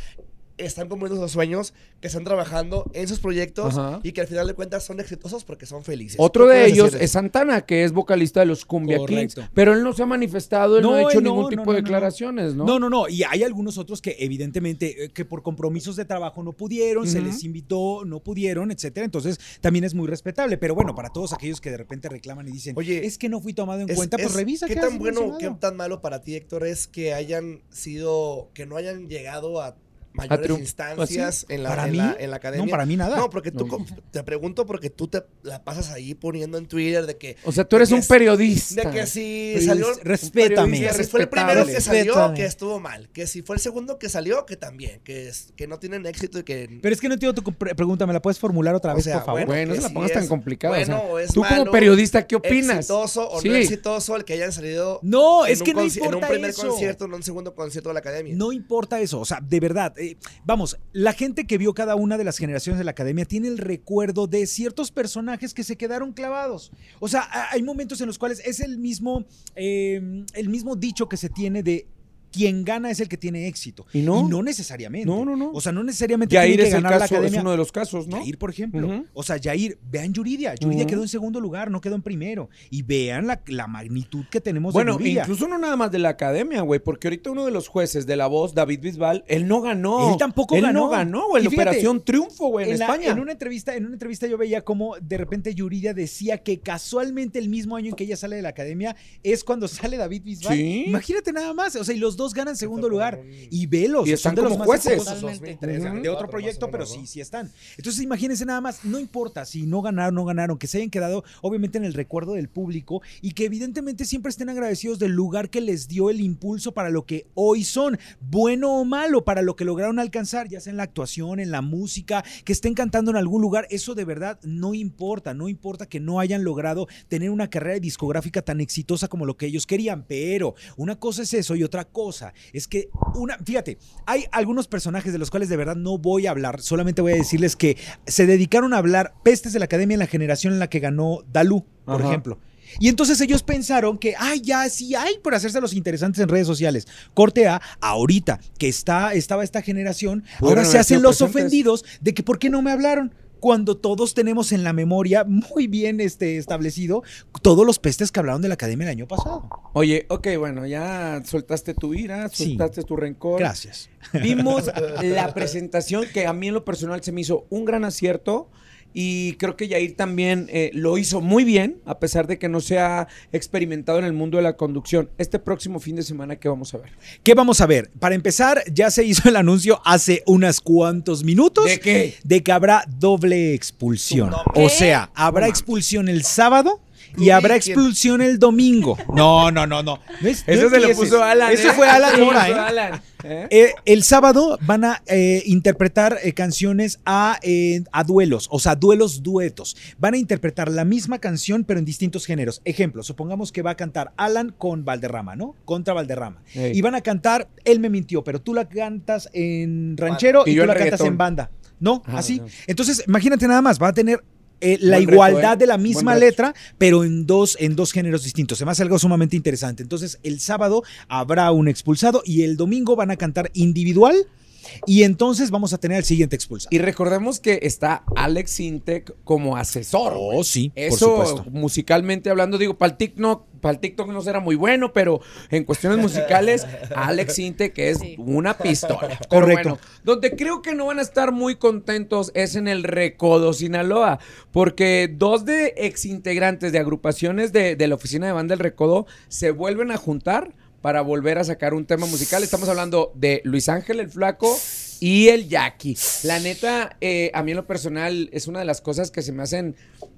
C: están cumpliendo sus sueños, que están trabajando en sus proyectos
A: Ajá.
C: y que al final de cuentas son exitosos porque son felices.
A: Otro
C: ¿Qué
A: de
C: puedes
A: ellos
C: decir de
A: es
C: eso?
A: Santana, que es vocalista de los Cumbia
B: Correcto.
A: Kings, pero él no se ha manifestado, él no, ha
B: No,
A: hecho
B: no,
A: ningún
B: no,
A: tipo
B: no,
A: de
B: no, no.
A: declaraciones, ¿no?
B: No, no, no. Y hay algunos otros que evidentemente eh, que por compromisos de trabajo no pudieron, se
A: Ujú.
B: les invitó, no pudieron, etcétera. Entonces también es muy respetable. Pero bueno, para todos aquellos que de repente reclaman y dicen,
C: Oye,
B: es que no fui tomado en
C: Es-
B: cuenta, pues
C: es-
B: revisa.
C: ¿Qué
B: que
C: tan
B: has
C: bueno, qué
B: mencionado.
C: tan malo para ti, Héctor, es que hayan sido, que no hayan llegado a mayores
A: triunf-
C: instancias en la,
B: ¿Ah, ¿Para
C: en,
B: mí?
C: la, en la academia?
B: No, para mí nada.
C: No, pues, porque tú,
A: No.
C: com- te pregunto porque tú te la pasas ahí poniendo en Twitter de que,
A: O sea, tú eres
C: De que
A: un
C: es-
A: periodista.
C: de que si
B: Pues,
C: salió...
B: respétame.
C: Que
A: periodista
C: si fue el primero que
B: respetable.
C: salió,
B: Respétame.
C: que estuvo mal. Que si fue el segundo que salió, que también. Que, es- que no tienen éxito y que...
B: Pero es que no entiendo tu pre- pregunta, ¿me la puedes formular otra
C: O
B: vez,
C: sea,
B: por favor?
C: bueno,
A: Güey, no
C: que
A: se la
C: sí
A: pongas tan
C: es
A: complicada. o sea,
C: bueno o es
A: tú como
C: malo,
A: periodista, ¿qué opinas?
C: exitoso o
A: Sí.
C: no exitoso el que hayan salido
B: No,
C: en
B: es
C: un
B: que no
C: conci-
B: importa
C: En un primer
B: eso.
C: concierto, en un segundo concierto de la academia.
B: No importa eso, o sea, de verdad, eh, vamos, la gente que vio cada una de las generaciones de la academia tiene el recuerdo de ciertos personajes que se quedaron clavados. O sea, ha- hay momentos en los cuales es el mismo, eh, el mismo dicho que se tiene de quien gana es el que tiene éxito.
A: Y no.
B: Y no necesariamente.
A: No, no, no.
B: O sea, no necesariamente
A: Yair
B: tiene que
A: es, el
B: ganar la
A: caso, es
B: academia.
A: uno de los casos, ¿no?
B: Yair, por ejemplo.
A: Ujú.
B: O sea, Yair, vean Yuridia. Yuridia
A: Ujú.
B: quedó en segundo lugar, no quedó en primero. Y vean la, la magnitud que tenemos
A: Bueno,
B: de Yuridia.
A: incluso no nada más de la academia, güey, porque ahorita uno de los jueces de La Voz, David Bisbal, él no ganó.
B: Él tampoco
A: Él no
B: ganó.
A: ganó, güey,
B: Y
A: la
B: fíjate,
A: Operación Triunfo, güey, en,
B: la-
A: España.
B: en una entrevista, en una entrevista yo veía cómo de repente Yuridia decía que casualmente el mismo año en que ella sale de la academia es cuando <laughs> sale David Bisbal.
A: Sí.
B: Imagínate nada más, o sea, y los dos ganan segundo lugar.
C: Y
B: Y velos,
A: Y
B: son
A: están
B: de los
A: como
B: más
A: jueces.
B: exitosos.
A: Ujú.
B: De otro proyecto, pero sí, sí están. Entonces, imagínense nada más, no importa si no ganaron, no ganaron, que se hayan quedado obviamente en el recuerdo del público y que evidentemente siempre estén agradecidos del lugar que les dio el impulso para lo que hoy son, bueno o malo, para lo que lograron alcanzar, ya sea en la actuación, en la música, que estén cantando en algún lugar, eso de verdad no importa, no importa que no hayan logrado tener una carrera discográfica tan exitosa como lo que ellos querían, pero una cosa es eso y otra cosa es que una, fíjate, hay algunos personajes de los cuales de verdad no voy a hablar, solamente voy a decirles que se dedicaron a hablar pestes de la academia en la generación en la que ganó Dalú, por
A: Ajá.
B: ejemplo. Y entonces ellos pensaron que, ay, ya sí hay por hacerse los interesantes en redes sociales. Corte A, ahorita que está, estaba esta generación,
A: Pudieron
B: ahora se
A: haber sido
B: hacen los
A: presentes.
B: ofendidos de que por qué no me hablaron. Cuando todos tenemos en la memoria muy bien este, establecido todos los pestes que hablaron de la academia el año pasado.
A: Oye, ok, bueno, ya soltaste tu ira,
B: Sí.
A: soltaste tu rencor.
B: <laughs> Gracias.
A: Vimos la presentación que a mí en lo personal se me hizo un gran acierto y creo que Yair también eh, lo hizo muy bien, a pesar de que no se ha experimentado en el mundo de la conducción. Este próximo fin de semana, ¿qué vamos a ver?
B: ¿Qué vamos a ver? Para empezar, ya se hizo el anuncio hace unos cuantos minutos
A: ¿De qué?
B: de que habrá doble expulsión.
C: No
B: O
D: mames.
B: sea, habrá expulsión el sábado y habrá
C: Uy, qué-
B: expulsión el domingo. No, no, no, no. No es- no empieces. Eso
A: ¿eh?
B: fue
A: Sí,
B: Alan Mora,
A: eso
B: ¿eh?
A: fue Alan, ¿eh?
B: Eh, el sábado van a eh, interpretar eh, canciones a, eh, a duelos, o sea, duelos duetos. Van a interpretar la misma canción, pero en distintos géneros. Ejemplo, supongamos que va a cantar Alan con Valderrama, ¿no? Contra Valderrama.
A: Ey.
B: Y van a cantar Él me mintió, pero tú la cantas en ranchero
A: Y
B: y,
A: yo
B: tú
A: en
B: la cantas
A: reggaetón.
B: en banda. ¿No?
A: Ah,
B: Así.
A: no.
B: Entonces, imagínate nada más, va a tener. eh, la
A: Buen reto,
B: igualdad
A: ¿eh?
B: de la misma
A: Buen reto.
B: letra, pero en dos, en dos géneros distintos. Se me hace algo sumamente interesante. Entonces, el sábado habrá un expulsado y el domingo van a cantar individual Y entonces vamos a tener al siguiente expulsado.
A: Y recordemos que está Alex Sintec como asesor. güey.
B: Oh, sí, por
A: Eso,
B: supuesto.
A: musicalmente hablando, digo, para el TikTok, para el TikTok no será muy bueno, pero en cuestiones musicales, Alex Inte, que es
D: Sí.
A: una pistola. Pero
B: Correcto.
A: bueno, donde creo que no van a estar muy contentos es en el Recodo Sinaloa, porque dos de exintegrantes de agrupaciones de, de la oficina de banda del Recodo se vuelven a juntar para volver a sacar un tema musical. Estamos hablando de Luis Ángel el Flaco y el Jackie. La neta, eh, a mí en lo personal es una de las cosas que se me hacen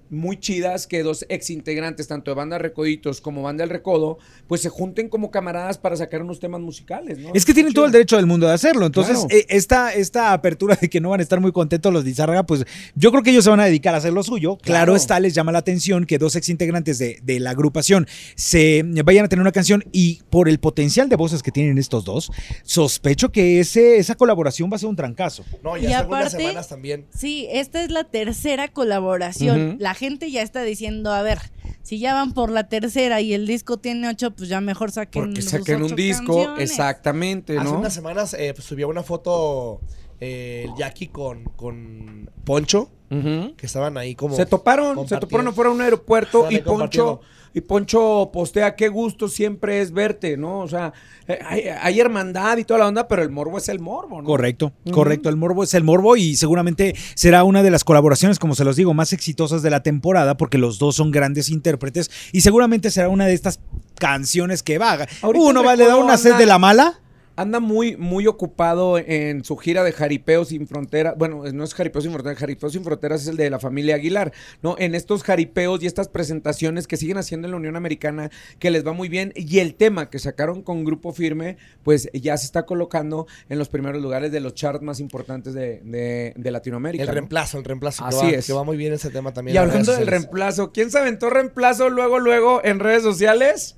A: muy chidas que dos exintegrantes, tanto de banda Recoditos como banda El Recodo, pues se junten como camaradas para sacar unos temas musicales, ¿no?
B: Es que tienen
A: Chido.
B: todo el derecho del mundo de hacerlo. Entonces,
A: Claro.
B: eh, esta, esta apertura de que no van a estar muy contentos los de Izárraga, pues yo creo que ellos se van a dedicar a hacer lo suyo. Claro,
A: Claro.
B: está, les llama la atención que dos exintegrantes de, de la agrupación se vayan a tener una canción y por el potencial de voces que tienen estos dos, sospecho que ese, esa colaboración va a ser un trancazo.
C: No,
D: Y
C: ya según las
D: aparte-
C: semanas también.
D: Sí, esta es la tercera colaboración.
A: Ujú.
D: La gente ya está diciendo, a ver, si ya van por la tercera y el disco tiene ocho, pues ya mejor saquen
A: Porque
D: sus
A: saquen un
D: ocho
A: disco,
D: canciones.
A: exactamente,
C: Hace
A: Este, ¿no?
C: unas semanas eh, pues, subió una foto eh, el Jackie con, con Poncho,
A: Ujú.
C: que estaban ahí como.
A: Se toparon, se
C: compartiendo.
A: toparon afuera de un aeropuerto
C: Dale,
A: y Poncho y Poncho postea qué gusto siempre es verte, ¿no? O sea, eh, hay, hay hermandad y toda la onda, pero el morbo es el morbo, ¿no?
B: Correcto,
A: Ujú.
B: correcto. El morbo es el morbo y seguramente será una de las colaboraciones, como se los digo, más exitosas de la temporada porque los dos son grandes intérpretes y seguramente será una de estas canciones que vaga.
A: Ahorita
B: Uno va, le da
A: recuerdo
B: una sed
A: una-
B: de la mala.
A: Anda muy, muy ocupado en su gira de Jaripeo sin Fronteras. Bueno, no es Jaripeo sin Fronteras, Jaripeo sin Fronteras es el de la familia Aguilar, ¿no? En estos jaripeos y estas presentaciones que siguen haciendo en la Unión Americana, que les va muy bien. Y el tema que sacaron con Grupo Firme, pues ya se está colocando en los primeros lugares de los charts más importantes de, de- de Latinoamérica.
C: El
A: ¿no?
C: reemplazo, el reemplazo. que
A: Así
C: va-
A: es.
C: Que va muy bien ese tema también.
A: Y
C: en las
A: hablando
C: redes
A: del
C: sociales.
A: reemplazo, ¿quién se aventó reemplazo luego, luego en redes sociales?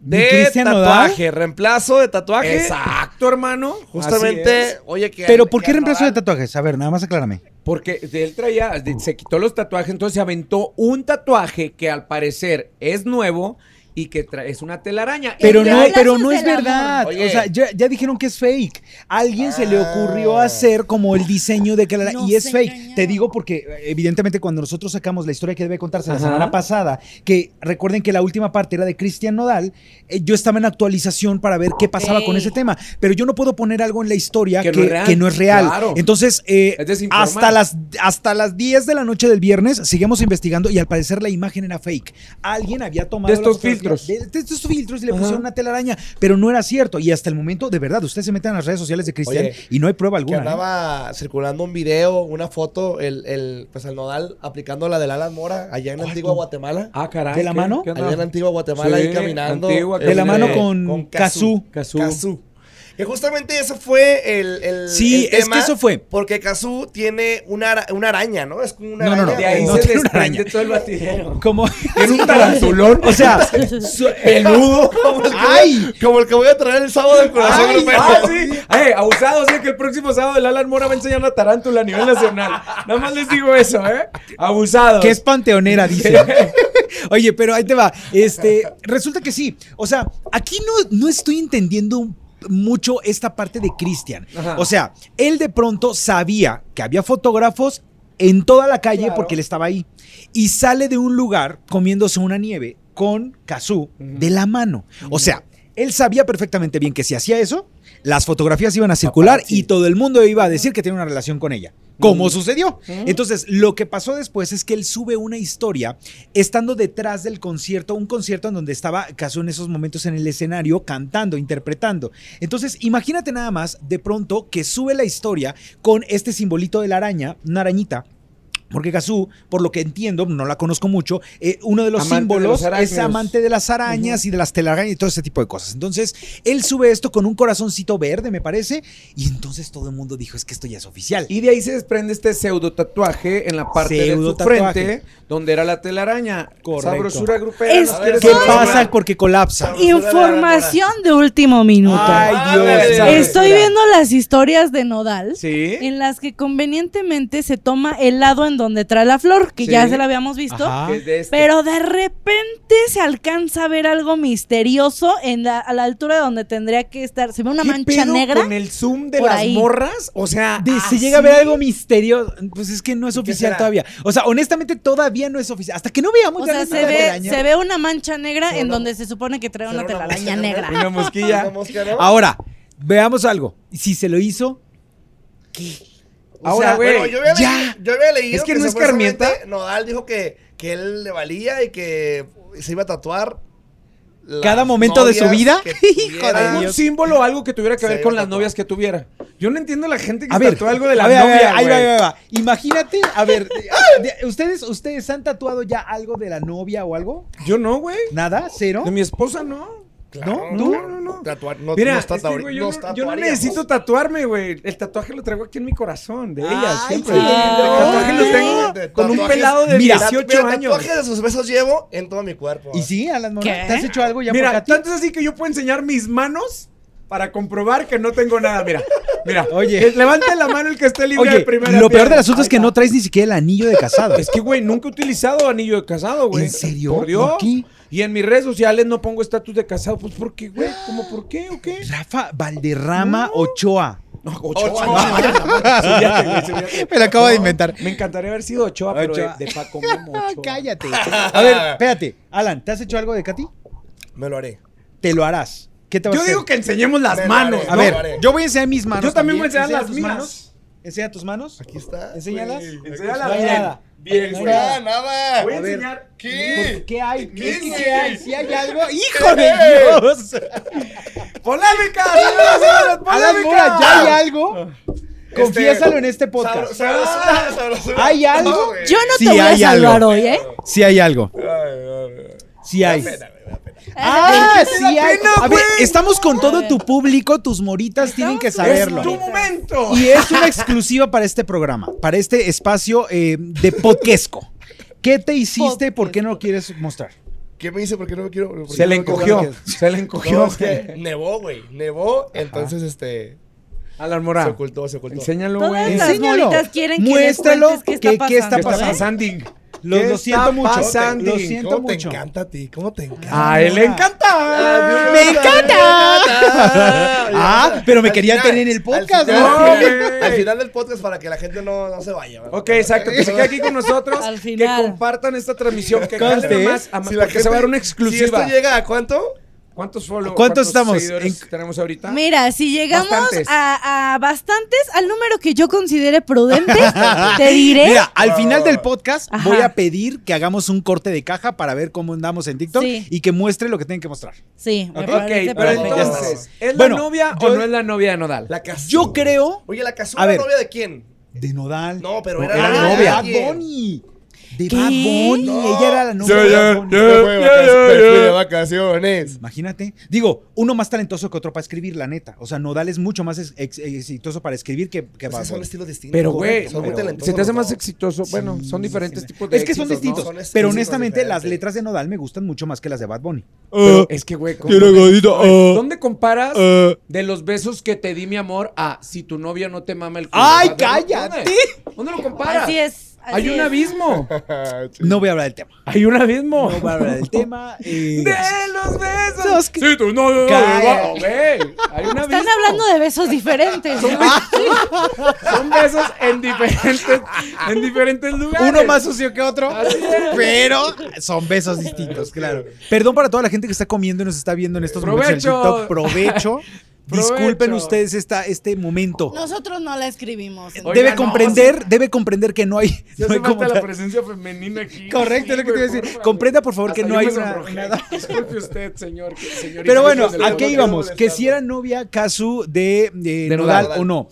C: De
B: Cristian Nodal?
C: tatuaje, reemplazo de tatuaje.
A: Exacto, hermano. Así es.
C: Justamente, oye, que.
B: Pero ¿por
C: que
B: qué reemplazo de
C: Nodal-
B: tatuajes? A ver, nada más aclárame.
A: Porque de él traía,
B: Mm.
A: de- se quitó los tatuajes, entonces se aventó un tatuaje que al parecer es nuevo y que tra- es una telaraña.
B: Pero
A: Él
B: no,
A: trae-
B: pero no es
D: del amor.
B: verdad.
C: Oye.
B: O sea, ya, ya dijeron que es fake. A alguien se le
C: Ah.
B: ocurrió hacer como el diseño de que la-
D: No
B: y es
D: se
B: fake.
D: engañaron.
B: Te digo porque evidentemente cuando nosotros sacamos la historia que debe contarse la
A: Ajá.
B: semana pasada, que recuerden que la última parte era de Cristian Nodal, eh, yo estaba en actualización para ver qué pasaba con
D: Ok.
B: ese tema, pero yo no puedo poner algo en la historia que,
A: Que
B: que
A: no
B: no,
A: es real.
B: es real.
A: Claro.
B: Entonces, eh,
A: Es desinformar.
B: hasta las hasta las 10 de la noche del viernes seguimos investigando y al parecer la imagen era fake. Alguien había tomado
A: De
B: la
A: estos
B: fotografía-
A: filtros.
B: de- de estos filtros y le
A: Ajá.
B: pusieron una telaraña, pero no era cierto. Y hasta el momento, de verdad, ustedes se meten a las redes sociales de Cristian
C: Oye,
B: y no hay prueba
C: Que
B: alguna. ¿eh?
C: andaba circulando un video, una foto, el, el, pues el Nodal aplicando la de Alan Mora allá en Antigua Guatemala.
A: Ah, caray.
B: ¿De la
A: ¿qué-
B: mano?
A: qué onda?
C: Allá en Antigua Guatemala,
A: Sí,
C: ahí caminando.
A: Antigua,
B: De la
A: Este,
B: mano con, Kazú.
A: Cazú.
C: Kazú. Que justamente eso fue el. el
B: Sí,
C: el
B: es
C: tema,
B: que eso fue.
C: Porque Kazú tiene una, ara- una araña, ¿no? Es como una
B: No, no,
C: araña.
B: no.
A: De ahí
B: No,
A: se
B: tiene una
A: desprende
B: araña.
A: todo el
B: <laughs>
A: batidero.
B: Como
C: <laughs>
A: Es un tarantulón.
B: O sea,
A: <laughs> peludo.
B: ¡ay!
C: Como el que voy a traer el sábado del corazón,
A: Ay,
C: Rupert.
A: ah, sí. Eh, abusado, sé que el próximo sábado el Alan Mora va a enseñar la tarántula a nivel nacional. Nada más les digo eso, ¿eh? Abusado.
B: Que es panteonera, dice. <laughs> Oye, pero ahí te va. Este, resulta que sí. O sea, aquí no, no estoy entendiendo mucho esta parte de Cristian.
A: Ajá.
B: O sea, él de pronto sabía que había fotógrafos en toda la calle
A: Claro.
B: porque él estaba ahí. Y sale de un lugar comiéndose una nieve con Kazú de la mano. O sea, él sabía perfectamente bien que si hacía eso, las fotografías iban a circular
A: Paparazzi.
B: y todo el mundo iba a decir que tiene una relación con ella. Como
A: Mm.
B: sucedió. Entonces, lo que pasó después es que él sube una historia estando detrás del concierto, un concierto en donde estaba Caso en esos momentos en el escenario cantando, interpretando. Entonces, imagínate nada más de pronto que sube la historia con este simbolito de la araña, una arañita. Porque Gazú, por lo que entiendo, no la conozco mucho, eh, uno de los
A: Amante de
B: símbolos
A: los arácnidos.
B: es amante de las arañas y de las telarañas y todo ese tipo de cosas. Entonces, él sube esto con un corazoncito verde, me parece, y entonces todo el mundo dijo, es que esto ya es oficial.
A: Y de ahí se desprende este pseudo tatuaje en la parte de su
B: Pseudo-tatuaje.
A: frente, donde era la telaraña.
B: Correcto.
A: Sabrosura grupera.
D: Es-
A: ¿nos quieres
B: ¿Qué
A: hablar?
B: pasa? Porque colapsa.
D: Información de último minuto.
B: Ay, Dios.
A: Ándale.
B: santo.
D: Estoy viendo las historias de Nodal.
A: Sí.
D: En las que convenientemente se toma helado en donde trae la flor, que
A: Sí.
D: ya se la habíamos visto.
B: Ajá.
A: Que es de este.
D: Pero de repente se alcanza a ver algo misterioso en la, a la altura de donde tendría que estar. Se ve una
A: ¿Qué
D: mancha
A: pedo
D: negra.
A: con el zoom de
D: por
A: las
D: ahí.
A: morras? O sea,
B: De-
A: ah,
B: si llega a haber algo misterioso, pues es que no es oficial
C: será?
B: todavía. O sea, honestamente todavía no es oficial. Hasta que no veamos
D: O sea,
B: realmente
D: se
B: la
D: ve,
B: telaraña.
D: se ve una mancha negra
C: Pero
D: en
C: no.
D: donde se supone que trae
C: Pero
D: una
C: no,
D: telaraña
C: no, no,
D: negra.
A: una mosquilla.
C: Una mosca, ¿no?
B: Ahora, veamos algo. Si se lo hizo,
C: O
A: Ahora,
C: sea,
A: güey,
C: bueno, yo había
A: ya.
C: leído- yo había leído
A: Es que no es
C: supuestamente
A: Carmienta.
C: Nodal dijo que, que él le valía y que se iba a tatuar. las
B: Cada momento de su
C: novias
B: vida. <laughs>
C: que
B: Hijo de
C: tuviera.
A: algún
B: Dios.
A: símbolo o algo que tuviera que
C: Se
A: ver
C: iba
A: con
C: a
A: las
C: tatuar.
A: novias que tuviera. Yo no entiendo a la gente que
B: a ver,
A: tatuó algo de la
B: a ver, a ver,
A: novia,
B: ahí va,
A: güey.
B: ahí va, ahí va. Imagínate, a ver, de- de- ustedes, ustedes han tatuado ya algo de la novia o algo,
A: Yo no, güey.
B: nada, cero.
A: De mi esposa no.
C: Claro,
B: No,
A: no, no, no.
C: Tatuar, no,
A: Mira,
C: no
A: este,
C: tatuar-
A: güey, yo,
C: nos
A: no, yo no
C: tatuaríamos.
A: necesito tatuarme, güey. El tatuaje lo traigo aquí en mi corazón, de ella,
B: Ay,
A: siempre.
B: qué
A: El tatuaje
B: lindo.
A: lo tengo
C: De
A: con un
C: tatuajes.
A: pelado de
B: Mira,
C: Tatu-
A: 18
C: mira,
A: años.
C: Tatuajes de sus besos llevo en todo mi cuerpo.
B: Y sí, Alan Mora,
D: ¿Qué?
B: ¿te has hecho algo ya por
A: Mira,
B: Katy?
A: tanto es así que yo puedo enseñar mis manos para comprobar que no tengo nada. Mira, mira.
B: Oye.
A: Que Levante la mano el que esté libre de
B: Oye,
A: primera.
B: lo peor
A: pierna.
B: del asunto es
A: Ahí
B: que no
A: está.
B: traes ni siquiera el anillo de
A: <laughs>
B: casado.
A: Es que, güey, nunca he utilizado anillo de casado, güey.
B: ¿En serio?
A: Por Dios.
B: ¿Por qué?
A: Y en mis redes sociales no pongo estatus de casado. Pues, ¿por qué, güey? ¿Cómo por qué o
B: <gasps>
A: qué?
B: Rafa Valderrama Ochoa.
A: No,
B: <laughs>
C: Ochoa.
A: no. Subíate, güey, subíate.
B: Me lo acabo de
A: No,
B: inventar.
A: Me encantaría haber sido Ochoa, pero
B: Ochoa.
A: de, de Paco Memo
B: <laughs> Ah,
A: Ochoa.
B: cállate. A ver, espérate. Alan, ¿te has hecho algo de Katy?
C: Me lo haré.
B: Te lo harás. ¿Qué te vas
A: Yo
B: a hacer?
A: digo que enseñemos las
C: Me lo
A: manos.
C: haré,
B: A
A: ¿no?
C: lo haré.
B: ver, yo voy a enseñar mis manos.
A: yo también voy a enseñar
B: Enseña
A: las
B: tus
A: manos.
B: Enseña tus manos.
C: Aquí está.
B: Enséñalas.
C: güey.
A: Enséñalas
B: No hay
A: bien.
B: nada.
A: Bien,
B: No hay
A: güey.
C: Nada,
B: nada.
C: nada.
A: Voy a,
B: A ver.
A: enseñar.
B: Pues,
C: ¿Qué?
B: ¿Qué hay? ¿Qué,
C: ¿Qué?
B: es que hay? Si hay algo. ¡Hijo de
C: ¿Qué?
B: Dios!
A: <laughs> ¡Polémica! señoras y señores,
B: Alan
A: ¡Polémica!
B: Mora, ¿ya hay algo? Confiésalo en este podcast.
C: Sabrosura, sabrosura.
B: ¿Hay algo?
C: No, güey.
D: Yo no
B: Sí,
D: te voy a
B: hay algo.
D: salvar hoy, ¿eh?
B: Si hay algo.
C: Ay, ay, ay.
B: Si hay.
C: Me da pena, me da pena.
B: Ah, sí
A: la
B: hay.
A: pena,
B: A ver,
A: güey.
B: estamos con todo
D: ver.
B: tu público, tus moritas tienen que
D: Estamos con
B: saberlo.
A: Es tu momento.
B: Y es una exclusiva para este programa, para este espacio eh, de podquesco. ¿Qué te hiciste? ¿Por qué no lo quieres mostrar?
C: ¿Qué me dice? ¿Por qué no me quiero? por qué
A: Se le
C: no me quiero-
A: encogió. Se le encogió.
C: No, es que nevó, güey. Nevó, entonces este.
A: Alan
C: Se
A: Mora,
C: ocultó, se ocultó.
A: enséñalo,
D: Todas
A: güey.
D: las
B: Enséñalo.
D: moritas quieren que les
B: Muéstralo
D: cuentes qué está
B: que-
D: pasando.
B: qué está
A: ¿Qué está
B: pasando?
D: ¿eh?
A: pasando?
B: Lo,
A: ¿Qué
B: lo siento
A: está
B: mucho.
A: pasando?
B: Lo
C: ¿Cómo
B: siento
C: te
B: mucho.
C: encanta a ti? ¿Cómo te encanta?
A: A él le Ah, encanta.
B: ¡Me encanta!
C: Ah,
B: Ah, pero me querían tener en el podcast,
A: ¿no?
C: Al final,
A: No,
C: al
A: güey.
C: final del podcast para que la gente no, no se vaya. ¿verdad?
A: Ok, exacto, que se quede aquí con nosotros,
D: Al
A: que
D: final.
A: compartan esta transmisión, que
B: Conste,
A: jalen más, a más porque se va a dar una
C: Si
A: exclusiva.
C: esto llega a cuánto,
A: ¿Cuántos follow-
B: ¿Cuántos estamos?
A: seguidores
B: En-
A: tenemos ahorita?
D: Mira, si llegamos
A: Bastantes.
D: A, a bastantes, al número que yo considere prudente, <laughs> te diré.
B: Mira, al
C: Ah.
B: final del podcast
D: Ajá.
B: voy a pedir que hagamos un corte de caja para ver cómo andamos en TikTok
D: Sí.
B: y que muestre lo que tienen que mostrar.
D: Sí, me
B: Ok,
A: Ok, pero
D: parece perfecto.
C: perfecto.
A: entonces, ¿es
B: Bueno,
A: la novia o
B: yo-
A: no es la novia de Nodal?
C: la casura.
B: Yo creo
C: Oye, la
B: A
C: casura
B: ver.
C: novia de quién?
B: de Nodal.
C: No, pero
B: No,
C: era,
B: era
C: la
B: la novia.
C: de
B: Bad
C: alguien.
B: Bunny. De
D: ¿Qué?
B: Bad Bunny.
C: No.
B: Ella era la novia de Bad Bunny.
C: Me fui de vacaciones, me fui de vacaciones.
B: Imagínate. Digo, uno más talentoso que otro para escribir, la neta. O sea, Nodal es mucho más ex- ex- exitoso para escribir que, que
C: Es que
B: Bad
C: son
B: Bunny.
C: estilos distintos.
A: Pero, güey,
C: son muy
A: pero
C: talentosos
A: se te hace
C: los <laughs>
A: más
C: dos.
A: exitoso. Bueno, son diferentes
B: Sí, me-
A: tipos de
B: Es que son
A: éxitos, ¿no?
B: distintos.
C: Son estilos
B: pero honestamente, las
C: diferentes.
B: letras de Nodal me gustan mucho más que las de Bad Bunny. Ah,
A: Pero es que, güey, ¿cómo te- Oye, ¿dónde comparas de los besos que te di, mi amor, a si tu novia no te mama el culo?
B: ¡Ay,
A: A ver, ¿dónde?
B: cállate!
A: ¿Dónde, lo comparas?
D: Así es. así
A: Hay un
D: es.
B: <laughs>
A: abismo.
C: Sí.
B: No voy a hablar del tema.
A: Hay un abismo.
B: No voy a hablar del <laughs> tema. eh,
A: de los besos.
B: Los que-
A: Sí, tu novia.
B: Cállate.
A: Güey, hay un abismo.
D: Están hablando de besos diferentes. <laughs>
A: Son besos en diferentes, en diferentes lugares.
B: uno más sucio que otro.
A: Así es.
B: Pero son besos
C: Pues
B: distintos, claro. Perdón para toda la gente que está comiendo y nos está viendo en estos momentos en
A: <laughs> Provecho.
B: TikTok. Provecho. Disculpen
A: Provecho.
B: ustedes esta, este momento.
D: Nosotros no la escribimos.
A: Oye,
B: debe
A: Oiga, no,
B: comprender, debe comprender que no hay,
A: Ya
B: no
A: hace
B: hay como
A: falta la
B: tal-
A: presencia femenina aquí.
B: Correcto, es lo que te iba a decir. Comprenda, por favor, que no hay una- nada.
A: Disculpe usted, señor. que- señorita,
B: Pero bueno,
A: que se le
B: ¿a qué
A: ponga-
B: íbamos? Que si era novia Casu de, de
A: De
B: Nodal,
A: Nodal.
B: o no.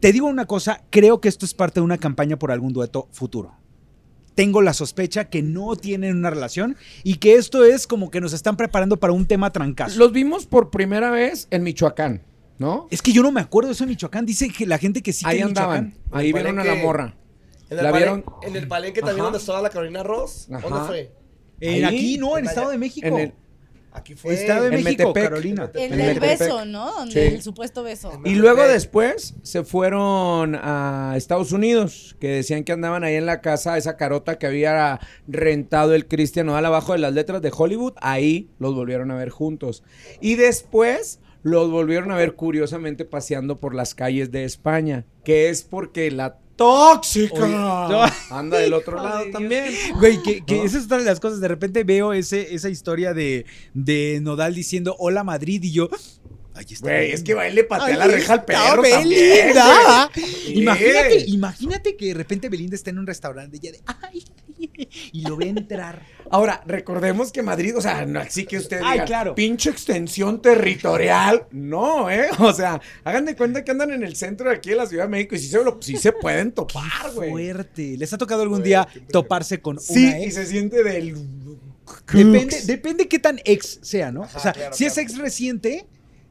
B: Te digo una cosa, creo que esto es parte de una campaña por algún dueto futuro. Tengo la sospecha que no tienen una relación y que esto es como que nos están preparando para un tema trancazo.
A: Los vimos por primera vez en Michoacán, ¿no?
B: Es que yo no me acuerdo de eso en Michoacán. Dice que la gente que sí que
A: ahí
B: en Michoacán-
A: andaban. Ahí
C: Parece
A: vieron a la
C: que-
A: morra.
C: En el,
A: ¿La
C: palen-
A: vieron?
C: en el palenque también
A: Ajá.
C: donde estaba la Carolina Ross.
A: Ajá.
C: ¿Dónde fue?
B: En
A: Ahí,
B: Eh, aquí, no, en
C: en
B: Estado de
C: Taya-
B: México.
A: En el-
C: Aquí fue.
B: Estado de
A: en
B: México,
A: Metepec.
B: Carolina.
D: El
A: En
D: del
A: Metepec.
D: beso, ¿no? Donde
A: Sí.
D: el supuesto beso.
A: Y luego después se fueron a Estados Unidos, que decían que andaban ahí en la casa, esa carota que había rentado el Cristian Nodal abajo de las letras de Hollywood, ahí los volvieron a ver juntos. Y después los volvieron a ver curiosamente paseando por las calles de España, que es porque la tóxica anda del otro lado también.
B: Güey, que, que
A: ¿No?
B: esa es otra de las cosas. De repente veo ese, esa historia de, de Nodal diciendo hola Madrid y yo. Ahí está.
A: Güey, es que va y le patea
B: Ahí
A: la reja al
B: está
A: perro también,
B: Belinda.
A: güey.
B: Imagínate,
A: Sí.
B: imagínate que de repente Belinda está en un restaurante y ella de ay, ay", y lo
A: <laughs>
B: ve entrar.
A: Ahora, recordemos que Madrid, o sea, no así que usted
B: Ay,
A: diga,
B: claro.
A: pinche extensión territorial. No, ¿eh? <laughs> O sea, hagan de cuenta que andan en el centro de aquí de la Ciudad de México y sí se, lo- sí se <laughs> pueden topar, güey.
B: Fuerte. ¿Les ha tocado algún
C: Güey,
B: día
C: qué impresión.
B: toparse con
A: Sí,
B: una
A: y
B: ex?
A: se siente del...
B: Depende, depende qué tan ex sea, ¿no?
C: Ajá,
B: o sea,
C: claro,
B: si es
C: claro.
B: ex reciente,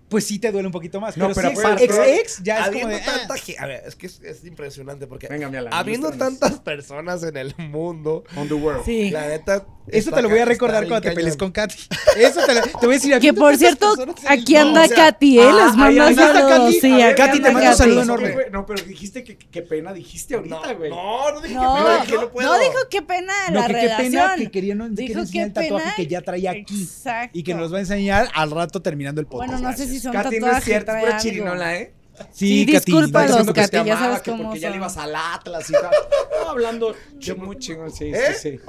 B: pues sí te duele un poquito más.
A: No,
B: pero,
A: pero
B: si es
A: aparte-
B: ex ex, ya es como
C: habiendo
B: de. ah.
C: tanta ge- A ver, es que es, es impresionante porque.
A: Venga, mira, la
C: habiendo
A: lista de-
C: tantas personas en el mundo.
A: On the world.
D: Sí.
C: La neta.
B: Eso
C: está
B: te lo voy a
C: ca-
B: recordar
C: está
B: cuando te
C: bien
B: pelees con
C: cañón.
B: Katy. <laughs> Eso te, lo, te voy a decir.
D: Que
B: habiendo
D: por
B: tantas
D: cierto,
B: personas en el
D: aquí
B: mundo,
D: anda
B: o sea,
D: Katy, ¿eh? Les
A: ah,
D: mando
A: ahí anda
D: saludos.
B: Katy.
D: Sí,
B: A ver,
D: aquí
B: Katy, te
D: anda
B: mando un saludo
D: Katy.
B: enorme.
A: Güey, No, pero dijiste que qué pena dijiste ahorita, güey.
C: No, no dije que
D: No,
C: no, dije que no puedo.
D: no dijo qué pena
B: No,
D: la
B: que qué
D: relación.
B: pena que querían no,
D: Dijo
B: querían enseñar el
D: qué
B: tatuaje
D: pena.
B: que ya traía aquí.
D: Exacto.
B: Y que nos va a enseñar al rato terminando el podcast.
D: Bueno, no sé si son
A: Katy,
D: tatuajes.
A: no es cierto, es
D: trae
A: pura
D: algo.
A: chirinola, ¿eh?
D: sí,
B: Katy,
D: disculpa,
B: está
D: los
B: diciendo
A: Diciendo te
B: que-
D: Katy, Pues, ya
A: amaba,
D: sabes
A: que
D: cómo
A: Porque ya le
D: son.
A: ibas al Atlas y
D: <laughs>
A: tal. No, hablando de muy chingón, sí,
C: ¿Eh?
A: sí, sí.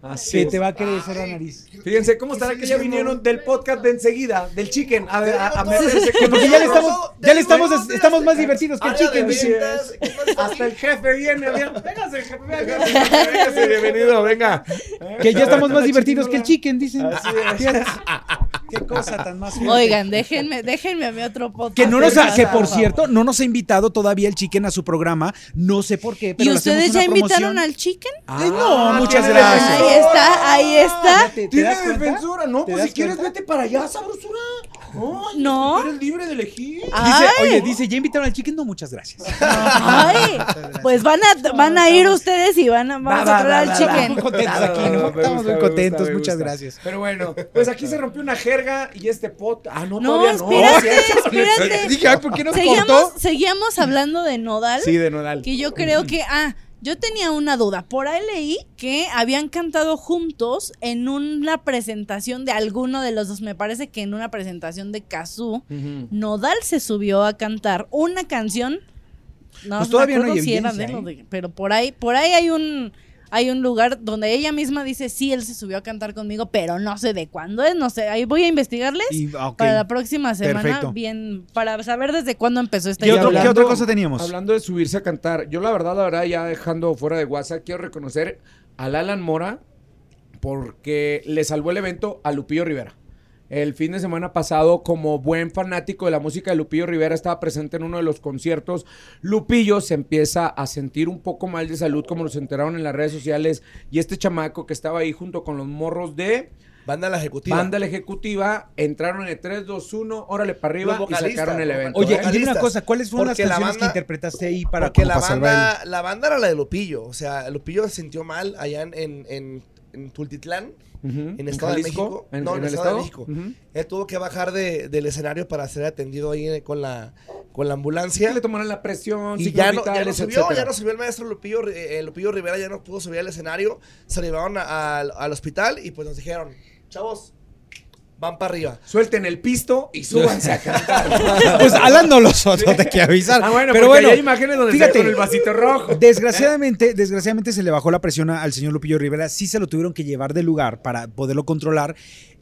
A: Así
B: que
A: es.
B: te va a crecer la nariz.
A: Fíjense cómo estará que ya vinieron del podcast de enseguida, del chicken, a ver, a, a meterse
B: Que
A: con
B: porque ya le estamos, ya le estamos,
C: Desde
B: estamos más
C: Azteca.
B: divertidos que el
C: Área de
B: chicken. dice.
C: ventas, ¿qué más está
A: Hasta el jefe viene, bien. Véngase, jefe, véngase, jefe, véngase, bienvenido, venga.
B: Que ya estamos más divertidos que el chicken, dicen. Fíjate.
A: Ah,
B: Qué cosa tan
D: <laughs>
B: más fuerte. <laughs>
D: Oigan, déjenme, déjenme a mi otro podcast.
B: Que no nos
D: por
B: ha- que
D: favor.
B: por cierto, no nos ha invitado todavía el chicken a su programa. No sé por qué, pero
D: ¿Y
B: le hacemos
D: ustedes
B: una
D: ya invitaron
B: promoción.
D: al chicken?
B: Eh, no, muchas
A: tiene
B: gracias.
D: Ahí está, ahí está.
B: Ah, ¿Te- te
A: Tiene
B: das cuenta?
A: defensora, no,
B: ¿Te
A: pues si
B: das
A: quieres
B: cuenta?
A: vete para allá, sabrosura. No,
D: No.
A: Eres libre de elegir.
B: Dice,
D: Ay.
B: oye, dice, ya invitaron al chicken, no, <laughs> muchas gracias.
D: Ay, pues van a, van a ir ustedes y van a, vamos a traer al chicken.
B: Muy contentos aquí, ¿no? Estamos muy contentos, muchas gracias.
A: Pero bueno, pues aquí se rompió una jerga y este podcast. Ah, no,
D: No,
A: todavía no.
B: <laughs>
D: espérate,
A: ¿cierto?
D: espérate.
B: Dije, ay, ¿por qué nos
D: Seguíamos,
B: cortó?
D: seguíamos hablando de Nodal.
A: Sí, de Nodal.
D: Que yo creo que, ah, yo tenía una duda. Por ahí leí que habían cantado juntos en una presentación de alguno de los dos. Me parece que en una presentación de Kazoo,
A: Ujú.
D: Nodal se subió a cantar una canción. No,
B: Pues
D: me
B: todavía no hay
D: acuerdo si era
B: evidencia,
D: de lo
B: ¿eh?
D: de- pero por ahí, por ahí hay un hay un lugar donde ella misma dice, sí, él se subió a cantar conmigo, pero no sé de cuándo es, no sé, ahí voy a investigarles
B: Y, ah, ok.
D: para la próxima semana,
B: perfecto.
D: bien, para saber desde cuándo empezó esta
B: ¿Qué, otro-
D: historia.
B: qué otra cosa teníamos?
A: Hablando de subirse a cantar, yo la verdad, la verdad, ya dejando fuera de WhatsApp, quiero reconocer al Alan Mora porque le salvó el evento a Lupillo Rivera. El fin de semana pasado, como buen fanático de la música de Lupillo Rivera, estaba presente en uno de los conciertos. Lupillo se empieza a sentir un poco mal de salud, como nos enteraron en las redes sociales. Y este chamaco que estaba ahí junto con los morros de
C: Banda la ejecutiva.
A: Banda La Ejecutiva, entraron en el 3, 2, 1, órale para arriba
C: Los
A: y sacaron
C: vocalistas,
A: el
C: los
A: evento.
B: Oye,
A: ¿eh?
B: y dime una
C: vocalistas.
B: cosa, ¿cuáles fueron las
C: Porque la
B: canciones que
C: banda-
B: interpretaste ahí para
C: Porque
B: como
C: la
B: para salvar <laughs> el-
C: banda, la banda era la de Lupillo. O sea, Lupillo se sintió mal allá en, en, en, en Tultitlán.
A: Ujú.
C: ¿En Estado de
A: Jalisco?
C: México?
A: ¿En,
C: No,
A: en el Estado de México. Ujú.
C: Él tuvo que bajar de, del escenario para ser atendido ahí eh, con la, con la ambulancia.
A: Que le tomaron la presión,
C: Y
A: signos
C: ya no, ya no
A: vitales,
C: subió, ya
A: etcétera.
C: no subió el maestro Lupillo, eh, eh, Lupillo Rivera, ya no pudo subir al escenario. Se lo llevaron a- al- al hospital y pues nos dijeron, chavos, van para arriba.
A: Suelten el pisto y súbanse a cantar.
B: Pues Alan no lo soltó, te que avisar.
A: <laughs> ah, bueno,
B: pero
A: porque
B: bueno,
A: ahí hay imágenes donde
B: fíjate.
A: se ve con el vasito rojo.
B: Desgraciadamente, desgraciadamente se le bajó la presión a- al señor Lupillo Rivera. Sí se lo tuvieron que llevar de lugar para poderlo controlar.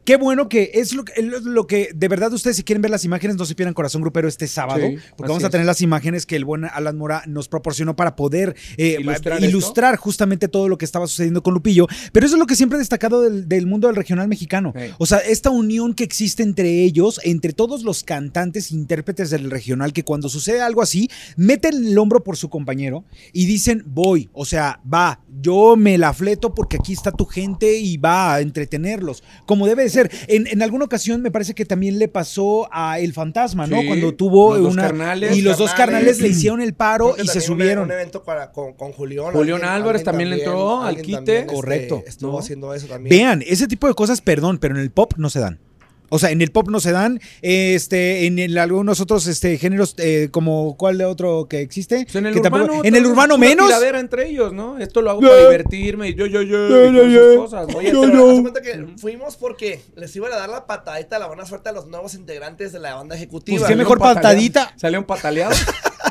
B: Qué bueno que es lo que, lo- lo que de verdad ustedes si quieren ver las imágenes no se pierdan Corazón Grupero este sábado
A: Sí,
B: porque vamos
A: así
B: a tener las imágenes que el buen Alan Mora nos proporcionó para poder eh,
A: Ilustrar
B: ilustrar,
A: esto.
B: justamente todo lo que estaba sucediendo con Lupillo. Pero eso es lo que siempre he destacado del, del mundo del regional mexicano.
A: Sí.
B: O sea, esta unión que existe entre ellos, entre todos los cantantes, e intérpretes del regional, que cuando sucede algo así, meten el hombro por su compañero y dicen, voy, o sea, va, yo me la fleto porque aquí está tu gente y va a entretenerlos, como debe de ser. En, en alguna ocasión me parece que también le pasó a El Fantasma, ¿no?
A: Sí,
B: Cuando tuvo
A: los dos
B: una...
A: carnales.
B: y los dos carnales le hicieron el paro
C: Creo que
B: y se
C: también un- e-,
B: subieron.
C: Un evento para- con, con Julián.
A: Julián Álvarez también le entró al
C: alguien
A: quite.
C: también, este,
B: Correcto,
C: estuvo
A: ¿no?
C: haciendo eso también.
B: Vean, ese tipo de cosas, perdón, pero en el pop no se dan. O sea, en el pop no se dan, este, en, el- algunos otros este, géneros, eh, como cuál de otro que existe.
A: Pues en el
B: que tampoco-
A: urbano,
B: en el
A: todo
B: urbano
A: es una
B: menos.
A: tiradera entre ellos, ¿no? Esto lo hago
B: No.
A: para divertirme y yo, yo, yo,
B: No,
A: y
B: no,
A: todas esas
B: no.
A: cosas.
C: Oye,
B: No,
C: pero
B: no.
C: haz de cuenta que fuimos porque les iban a dar la patadita, la buena suerte a los nuevos integrantes de la banda ejecutiva.
B: Pues qué
A: Salió
B: mejor
A: un pataleado-
B: patadita.
A: Salió un pataleado,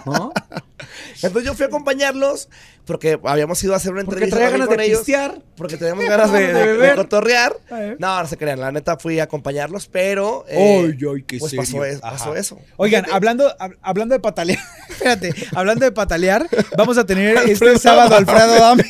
A: ¿no?
C: Entonces yo fui a acompañarlos porque habíamos ido a hacer una
A: Porque
C: entrevista
A: traía ganas
C: también con
A: de
C: ellos.
A: pistear.
C: Porque teníamos ganas de,
A: De
C: de- de
A: beber.
C: cotorrear.
A: Eh.
C: No, no se crean, la neta fui a acompañarlos, pero.
B: Ay,
A: Eh,
B: ay, qué
C: pues
B: serio.
C: pasó, es- pasó
B: Ajá.
C: eso.
B: Oigan, hablando, hab- hablando de patalear, <laughs> espérate, hablando
A: <laughs>
B: de patalear, vamos a tener este
C: Alfredo
B: sábado Alfredo Dame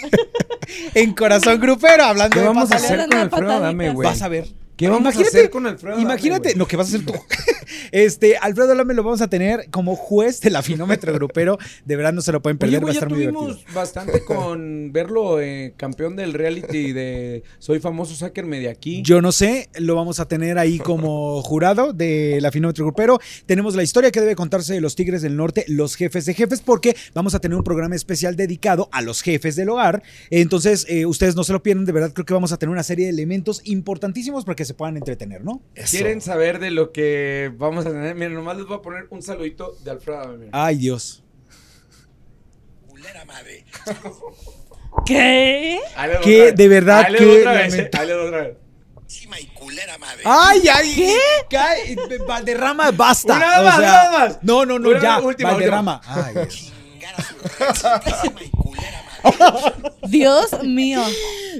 B: <laughs> en Corazón Grupero, hablando
A: ¿Qué
B: de
A: vamos a
B: patalear.
A: hacer con
D: Pataleando,
A: Alfredo? Dame,
D: pataditas.
A: güey.
B: Vas a ver.
A: ¿Qué vamos a hacer con Alfredo Adame,
B: Imagínate
A: güey?
B: lo que vas a hacer tú. <laughs> Este, Alfredo Lame lo vamos a tener como juez del afinómetro grupero. De verdad no se lo pueden
A: Oye,
B: perder, va a
A: güey, ya
B: estar muy divertido.
A: tuvimos bastante con verlo eh, campeón del reality de Soy Famoso Sáquenme de aquí.
B: Yo no sé, lo vamos a tener ahí como jurado del afinómetro grupero. Tenemos la historia que debe contarse de los Tigres del Norte, los jefes de jefes, porque vamos a tener un programa especial dedicado a los jefes del hogar. Entonces, eh, ustedes no se lo pierdan, de verdad creo que vamos a tener una serie de elementos importantísimos para que se puedan entretener, ¿no?
C: Eso.
A: ¿Quieren saber de lo que vamos a tener? Miren, nomás les voy a poner un saludito de Alfredo. Adame, miren.
B: Ay, Dios.
D: ¿Qué?
A: Ahí les va
B: ¿Qué?
A: otra vez.
B: de verdad,
A: Ahí les va
B: qué
A: otra vez,
B: lamento.
A: eh. Ahí les va otra vez.
E: encima y culera madre.
B: Ay, ay, ¿qué? Cae, Valderrama, basta.
A: Una más, nada más.
B: No, no, no,
A: Una
B: ya.
A: última, <laughs>
B: Valderrama. Ay, Dios.
E: Chingar a su raza, encima y culera madre.
D: Dios mío.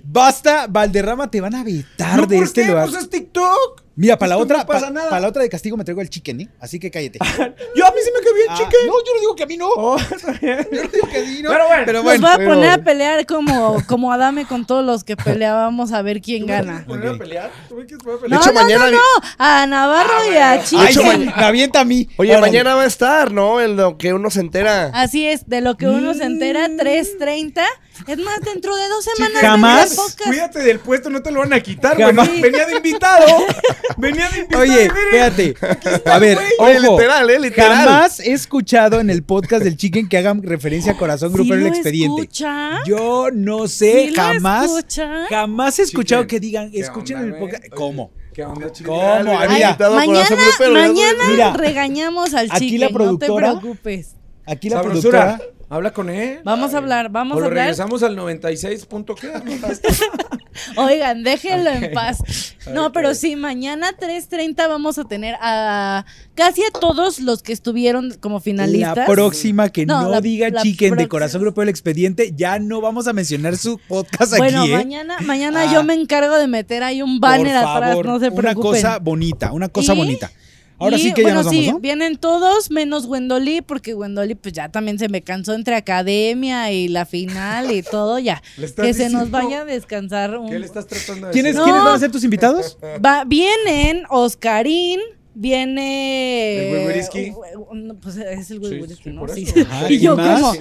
B: Basta, Valderrama, te van a vetar
A: No,
B: de
A: ¿por
B: este
A: qué?
B: lugar.
A: Pues es TikTok.
B: Mira, para la
A: Esto
B: otra,
A: no pasa
B: pa-
A: nada.
B: para la otra de castigo me traigo el chicken, ¿eh? Así
A: <laughs>
B: que cállate.
A: Yo a mí sí me quedé bien,
B: Ah,
A: chique.
B: no, yo no digo que a mí no. <laughs>
A: Oh, está bien.
B: Yo no digo que a mí no.
A: Pero bueno,
B: pero
D: Nos
B: bueno.
D: va a poner a pelear como, como Adame con todos los
B: <laughs>
D: que peleábamos a ver quién gana.
A: ¿Poner
B: Ok.
A: a pelear? ¿Tú ves que se puede
C: De
A: pelear?
D: No,
C: hecho,
D: no,
C: mañana
D: no,
C: vi-
D: no. A Navarro y a
B: Ay,
D: Chicken.
B: se- me avienta a mí.
C: Oye,
B: Órale.
C: mañana va a estar, ¿no? En lo que uno se entera.
D: Así es, de lo que uno se entera, 3.30. Es más, dentro de dos semanas.
B: Mm. jamás.
D: vendrá el podcast.
A: Cuídate del puesto, no te lo van a quitar, güey.
B: Jamás.
A: <laughs> Venía de invitado. Venía de invitado.
B: Oye,
A: miren.
B: fíjate. A ver,
C: Oye,
B: ojo.
C: literal, ¿eh? Literal.
B: Jamás he escuchado en el podcast del chicken que hagan referencia a Corazón
D: ¿Sí
B: Grupero
D: lo
B: el expediente.
D: escucha?
B: Yo no sé,
D: ¿Sí lo
B: jamás.
D: escucha?
B: Jamás he escuchado
A: Chiquen,
B: que digan,
A: ¿qué
B: escuchen
A: onda,
B: el
A: güey?
B: podcast.
A: Oye,
B: ¿Cómo?
A: ¿Qué onda, chique?
B: ¿Cómo?
A: Dale,
B: Ay,
C: Había
D: Ay,
B: Ah, mira,
C: invitado a
D: mañana
C: Corazón Grupero, ya
D: mañana
C: sabes.
B: Mira,
D: regañamos al
B: aquí
D: chicken,
B: la productora-
D: no te preocupes.
B: Aquí la
A: Sabrosura,
B: productora.
A: Habla con él.
D: Vamos a hablar, vamos
A: O
D: a
A: lo
D: hablar.
A: regresamos al 96. punto ¿Qué?
D: Oigan, déjenlo en paz. No,
A: Ok.
D: pero sí, mañana 3.30 vamos a tener a casi a todos los que estuvieron como finalistas.
B: La próxima que no,
D: No, la-
B: diga
D: la
B: chicken de
D: próxima.
B: Corazón Grupo del Expediente, ya no vamos a mencionar su podcast
D: bueno,
B: aquí, ¿eh?
D: mañana, mañana
B: Ah.
D: yo me encargo de meter ahí un
B: Por
D: banner atrás,
B: favor,
D: no se preocupen.
B: Una cosa bonita, una cosa
D: Y-
B: bonita. Ahora
D: Y,
B: sí que ya
D: bueno,
B: nos vamos,
D: sí,
B: ¿no?
D: vienen todos menos Wendolí, porque Wendolí pues ya también se me cansó entre academia y la final y
B: <laughs>
D: todo ya.
A: Le estás
D: Que se nos
A: diciendo-
D: vaya a descansar un...
A: ¿Qué le estás tratando de
B: ¿Quiénes,
A: decir?
D: No.
B: ¿Quiénes van a ser tus invitados?
D: Va- vienen Oscarín, viene.
A: ¿El Wiwiriski?
D: u- u- no, Pues es el
A: Sí,
D: Wiwiriski,
A: sí,
D: ¿no?
A: por
D: Sí.
A: eso.
B: Ajá,
D: Y yo,
B: ¿quién más?
D: como,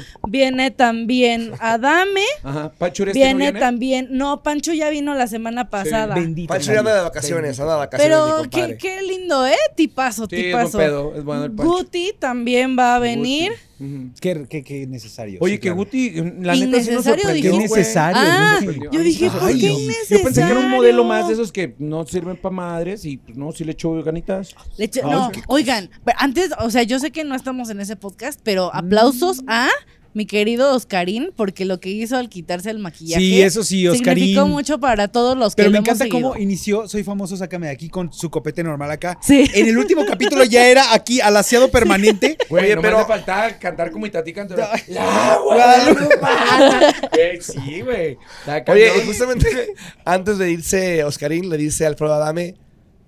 A: <laughs>
D: viene también Adame,
A: Ajá. Pachures
D: viene,
A: ¿Este viene
D: también. No, Pancho ya vino la semana pasada.
B: Bendito.
C: Pancho ya anda de
B: Dios.
C: vacaciones, anda de vacaciones.
D: Pero
C: mi
D: qué,
C: compadre.
D: qué lindo, ¿eh? Tipazo,
A: Sí, es buen
D: tipazo.
A: pedo. Es bueno el Pancho.
D: Guti también va a venir.
A: Ujú.
B: Qué, qué- qué necesario.
A: Oye,
B: sí,
A: que
B: claro.
A: Guti, la neta sí nos
D: Innecesario,
A: sorprendió,
D: dijiste.
A: güey.
B: Innecesario,
D: Ah,
A: sorprendió.
D: yo
A: Ay,
D: dije, ¿por
A: ay,
D: qué
A: no.
D: innecesario?
A: Yo pensé que era un modelo más de esos que no sirven para madres y pues, no, sí le echó ganitas.
D: Le echo-
B: Ay,
D: no,
B: qué cosa.
D: oigan, pero antes, o sea, yo sé que no estamos en ese podcast, pero aplausos
B: Mm.
D: a mi querido Oscarín, porque lo que hizo al quitarse el maquillaje.
B: Sí, eso sí, Oscarín.
D: Significó mucho para todos los que
B: Pero me
D: lo hemos
B: encanta
D: seguido.
B: cómo inició Soy Famoso, Sácame de aquí con su copete normal acá.
D: Sí.
B: En el último capítulo ya era aquí, al aseado
C: <laughs>
B: permanente.
A: Güey,
C: Oye,
A: Oye, pero
C: pero-
A: le faltaba cantar como Itatí <laughs> Cantoral.
B: Ay.
A: La Guadalupe. Güey, sí, güey. La
C: Oye,
A: cañón.
C: y justamente <laughs> antes de irse, Oscarín le dice a Alfredo Adame: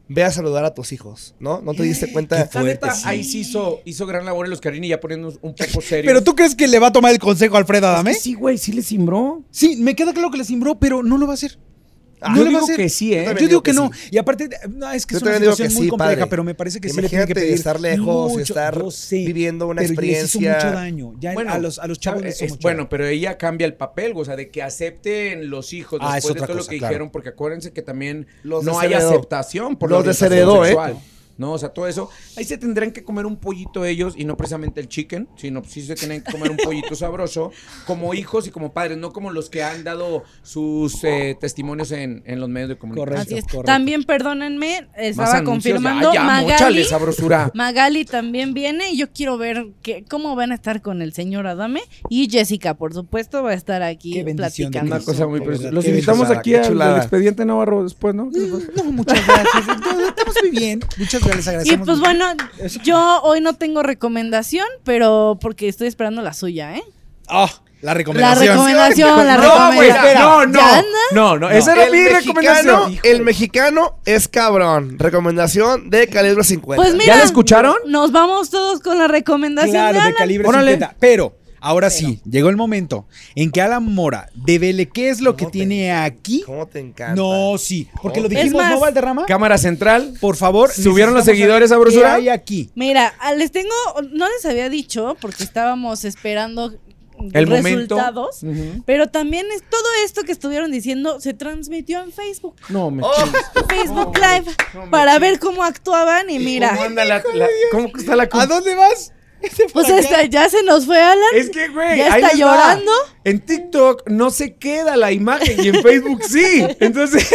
C: Ve a saludar a tus hijos, ¿no? ¿No te diste cuenta?
A: La neta,
B: fuerte, sí.
A: ahí sí hizo, hizo gran labor el Oscarín y ya poniéndonos un poco serios.
B: Pero tú crees que le va a tomar el consejo a Alfredo Adame?
A: Es que Sí, güey, sí le simbró.
B: Sí, me queda claro que le simbró, pero no lo va a hacer.
C: Ah,
B: no
A: yo
B: le va a
A: digo
B: hacer.
A: que sí, ¿eh?
B: Yo,
C: Yo también
B: digo,
C: digo
B: que,
C: que
B: no.
C: sí.
B: Y aparte, no, es que
C: Yo
B: es una
C: también digo
B: situación
C: que
B: muy
C: sí,
B: compleja,
C: padre.
B: pero me parece que sí le tiene que
C: Imagínate
B: pedir
C: estar lejos y
B: mucho-
C: estar
B: yo sé,
C: viviendo una
B: pero les
C: experiencia. ah,
B: hizo mucho daño. Ya a, los, a los chavos
A: ¿sabes?
B: les hizo
A: ah, Es-
B: mucho
A: Bueno,
B: daño.
A: pero ella cambia el papel, o sea, de que acepten los hijos
B: Ah, es
A: después de
B: otra
A: todo lo
B: cosa,
A: que
B: claro.
A: dijeron, porque acuérdense que también
C: Los
A: no hay
C: desheredó.
A: aceptación por
C: Los
A: la orientación
C: desheredó, ¿eh?
A: sexual. ¿no? O sea, todo eso. Ahí se tendrán que comer un pollito ellos y no precisamente el chicken, sino sí se tienen que comer un
B: <laughs>
A: pollito sabroso como hijos y como padres, no como los que han dado sus eh, testimonios en, en los medios de comunicación.
D: Así es.
B: correcto.
D: También, perdónenme,
A: Más
D: estaba
A: anuncios.
D: confirmando.
A: Ay, ya,
D: Magali,
A: móchale, sabrosura.
D: Magali también viene y yo quiero ver que, cómo van a estar con el señor Adame. Y Jessica, por supuesto, va a estar aquí
B: Qué bendición de
D: platicando.
A: Una cosa muy
B: Qué
A: preciosa.
B: verdad,
A: Los
B: qué
A: invitamos
F: chulada,
A: aquí
F: qué
A: al,
F: chulada.
A: al expediente Navarro después, ¿no?
B: No, muchas gracias. Entonces, Estamos muy bien. Muchas gracias. les
D: Y
B: agradecemos
D: pues
B: mucho.
D: bueno, yo hoy no tengo recomendación, pero porque estoy esperando la suya, ¿eh?
B: Ah, la
D: La
B: recomendación.
D: recomendación, la recomendación.
F: No, güey, espera.
A: No, no,
D: ¿Ya anda?
A: no, no, esa era
C: El
A: mi
C: mexicano-
A: recomendación.
C: El mexicano es cabrón. Recomendación de Calibro 50.
D: Pues mira,
A: ¿Ya la escucharon?
D: nos vamos todos con la recomendación
B: Claro,
D: de
B: de
D: Alan.
B: calibre
A: Órale.
B: 50. Pero, ahora sí, llegó el momento en que Alan Mora devele qué es lo que
C: ¿Cómo te-
B: tiene aquí.
C: ¿Cómo te encanta?
B: No, sí. Porque lo
C: Es
B: dijimos,
D: más-
B: ¿no, Valderrama?
A: Cámara central.
B: Por favor.
A: ¿Subieron los
B: necesitamos saber
A: seguidores a Brosura?
B: ¿Qué hay aquí?
D: Mira, ah, les tengo, no les había dicho porque estábamos esperando
A: El momento. Mm.
D: resultados,
A: Ujú.
D: pero también es, todo esto que estuvieron diciendo se transmitió en Facebook,
A: No, me
C: Oh,
D: Facebook Live, para ver cómo actuaban y mira,
A: ¿Cómo, anda la- la- cómo está la
B: ¿A dónde vas?
D: pues esta, ya se nos fue Alan,
A: Es que, güey.
D: ya
A: ahí les
D: está
A: va.
D: llorando.
A: En TikTok no se queda la imagen
D: <laughs>
A: y en Facebook sí. Entonces,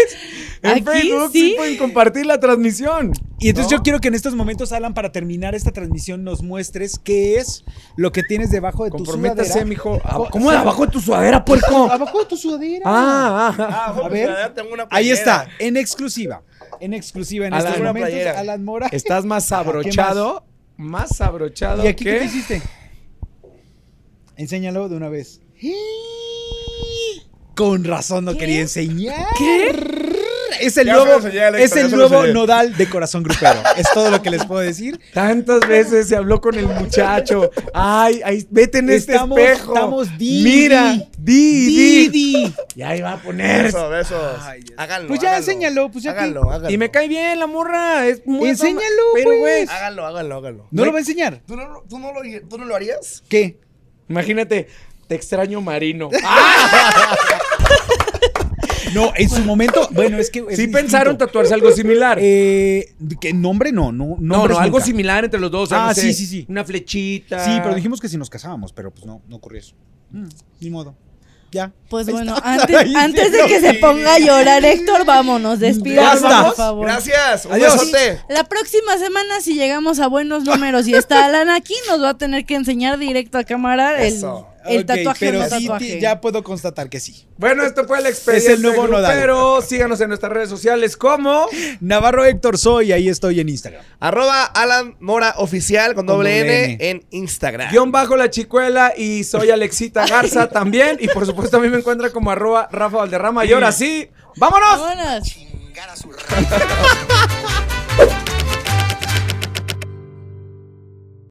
A: en
D: Aquí
A: Facebook
D: sí.
A: sí pueden compartir la transmisión.
B: Y entonces yo quiero que en estos momentos, Alan, para terminar esta transmisión, nos muestres qué es lo que tienes debajo de tu
A: Comprométase,
B: sudadera.
A: mijo. Ah, ¿Cómo de abajo de tu sudadera, puerco?
B: Abajo de tu sudadera.
A: Ah, ah,
C: ah,
B: A ver.
C: tengo una
B: Ahí
C: playera.
B: está, en exclusiva. En exclusiva en
A: Alan.
B: estos
A: Una
B: momentos,
C: playera.
B: Alan Mora.
A: ah. Estás más abrochado. Más abrochado
B: ¿Y aquí qué
A: que.
B: te hiciste? Enséñalo de una vez. Con razón no
D: ¿Qué?
B: quería enseñar. ¿Qué? Es el
C: Ya
B: nuevo,
C: se lo enseñé, Alex,
B: es
C: ya
B: el
C: se lo
B: nuevo
C: enseñé.
B: nodal de corazón grupero. Es todo lo que les puedo decir.
A: Tantas veces se habló con el muchacho. Ay, ay, vete <laughs> en este
B: Estamos-
A: espejo.
B: estamos Didi.
A: Mira, Didi.
B: Didi.
A: Y ahí va a poner.
C: Besos, besos. Háganlo.
B: Pues ya
C: háganlo.
B: enséñalo, pues ya que-
C: Háganlo, háganlo.
A: Y me cae bien la morra. Es muy
B: Enséñalo,
A: Pero,
B: pues.
A: güey.
C: Háganlo, háganlo, háganlo.
B: ¿No lo va a enseñar?
C: ¿Tú no, tú no lo, tú no lo harías?
B: ¿Qué?
A: Imagínate, te extraño marino.
B: Ah,
A: Ah,
B: No, en su momento, bueno, es que. es
A: sí
B: distinto.
A: pensaron tatuarse algo similar.
B: Eh, ¿qué nombre? No, no,
A: no,
B: nombres
A: no, algo
B: nunca.
A: similar entre los dos. o sea,
B: Ah,
A: no sé,
B: sí, sí, sí.
A: Una flechita.
B: Sí, pero dijimos que si nos casábamos, pero pues no, no ocurrió eso. Mm, ni modo. Ya.
D: Pues
B: Ahí
D: bueno,
B: está.
D: antes,
B: Ahí
D: antes de
B: está.
D: que se ponga a llorar Héctor, vámonos, despídanos,
B: Basta.
D: por favor.
C: Gracias. Un
B: Adiós.
C: besote.
D: La próxima semana, si llegamos a buenos números y está Alan aquí, nos va a tener que enseñar directo a cámara el,
C: Eso.
D: el
B: Ok,
D: tatuaje
B: pero
D: no
B: sí,
D: tatuaje.
B: ti- ya puedo constatar que sí.
A: Bueno, esto fue el expediente.
B: Es el nuevo nodal.
A: Pero síganos en nuestras redes sociales como.
B: Navarro Héctor soy, ahí estoy en Instagram.
C: Arroba Alan Mora Oficial con
B: Con
C: doble
B: doble
C: N
B: N.
C: en Instagram.
A: Guión bajo la chicuela y soy Alexita Garza también. Y por supuesto a mí me encuentra como arroba Rafa Valderrama. Y ahora sí, ¡vámonos!
D: Vámonos.
E: Chingar a su raza.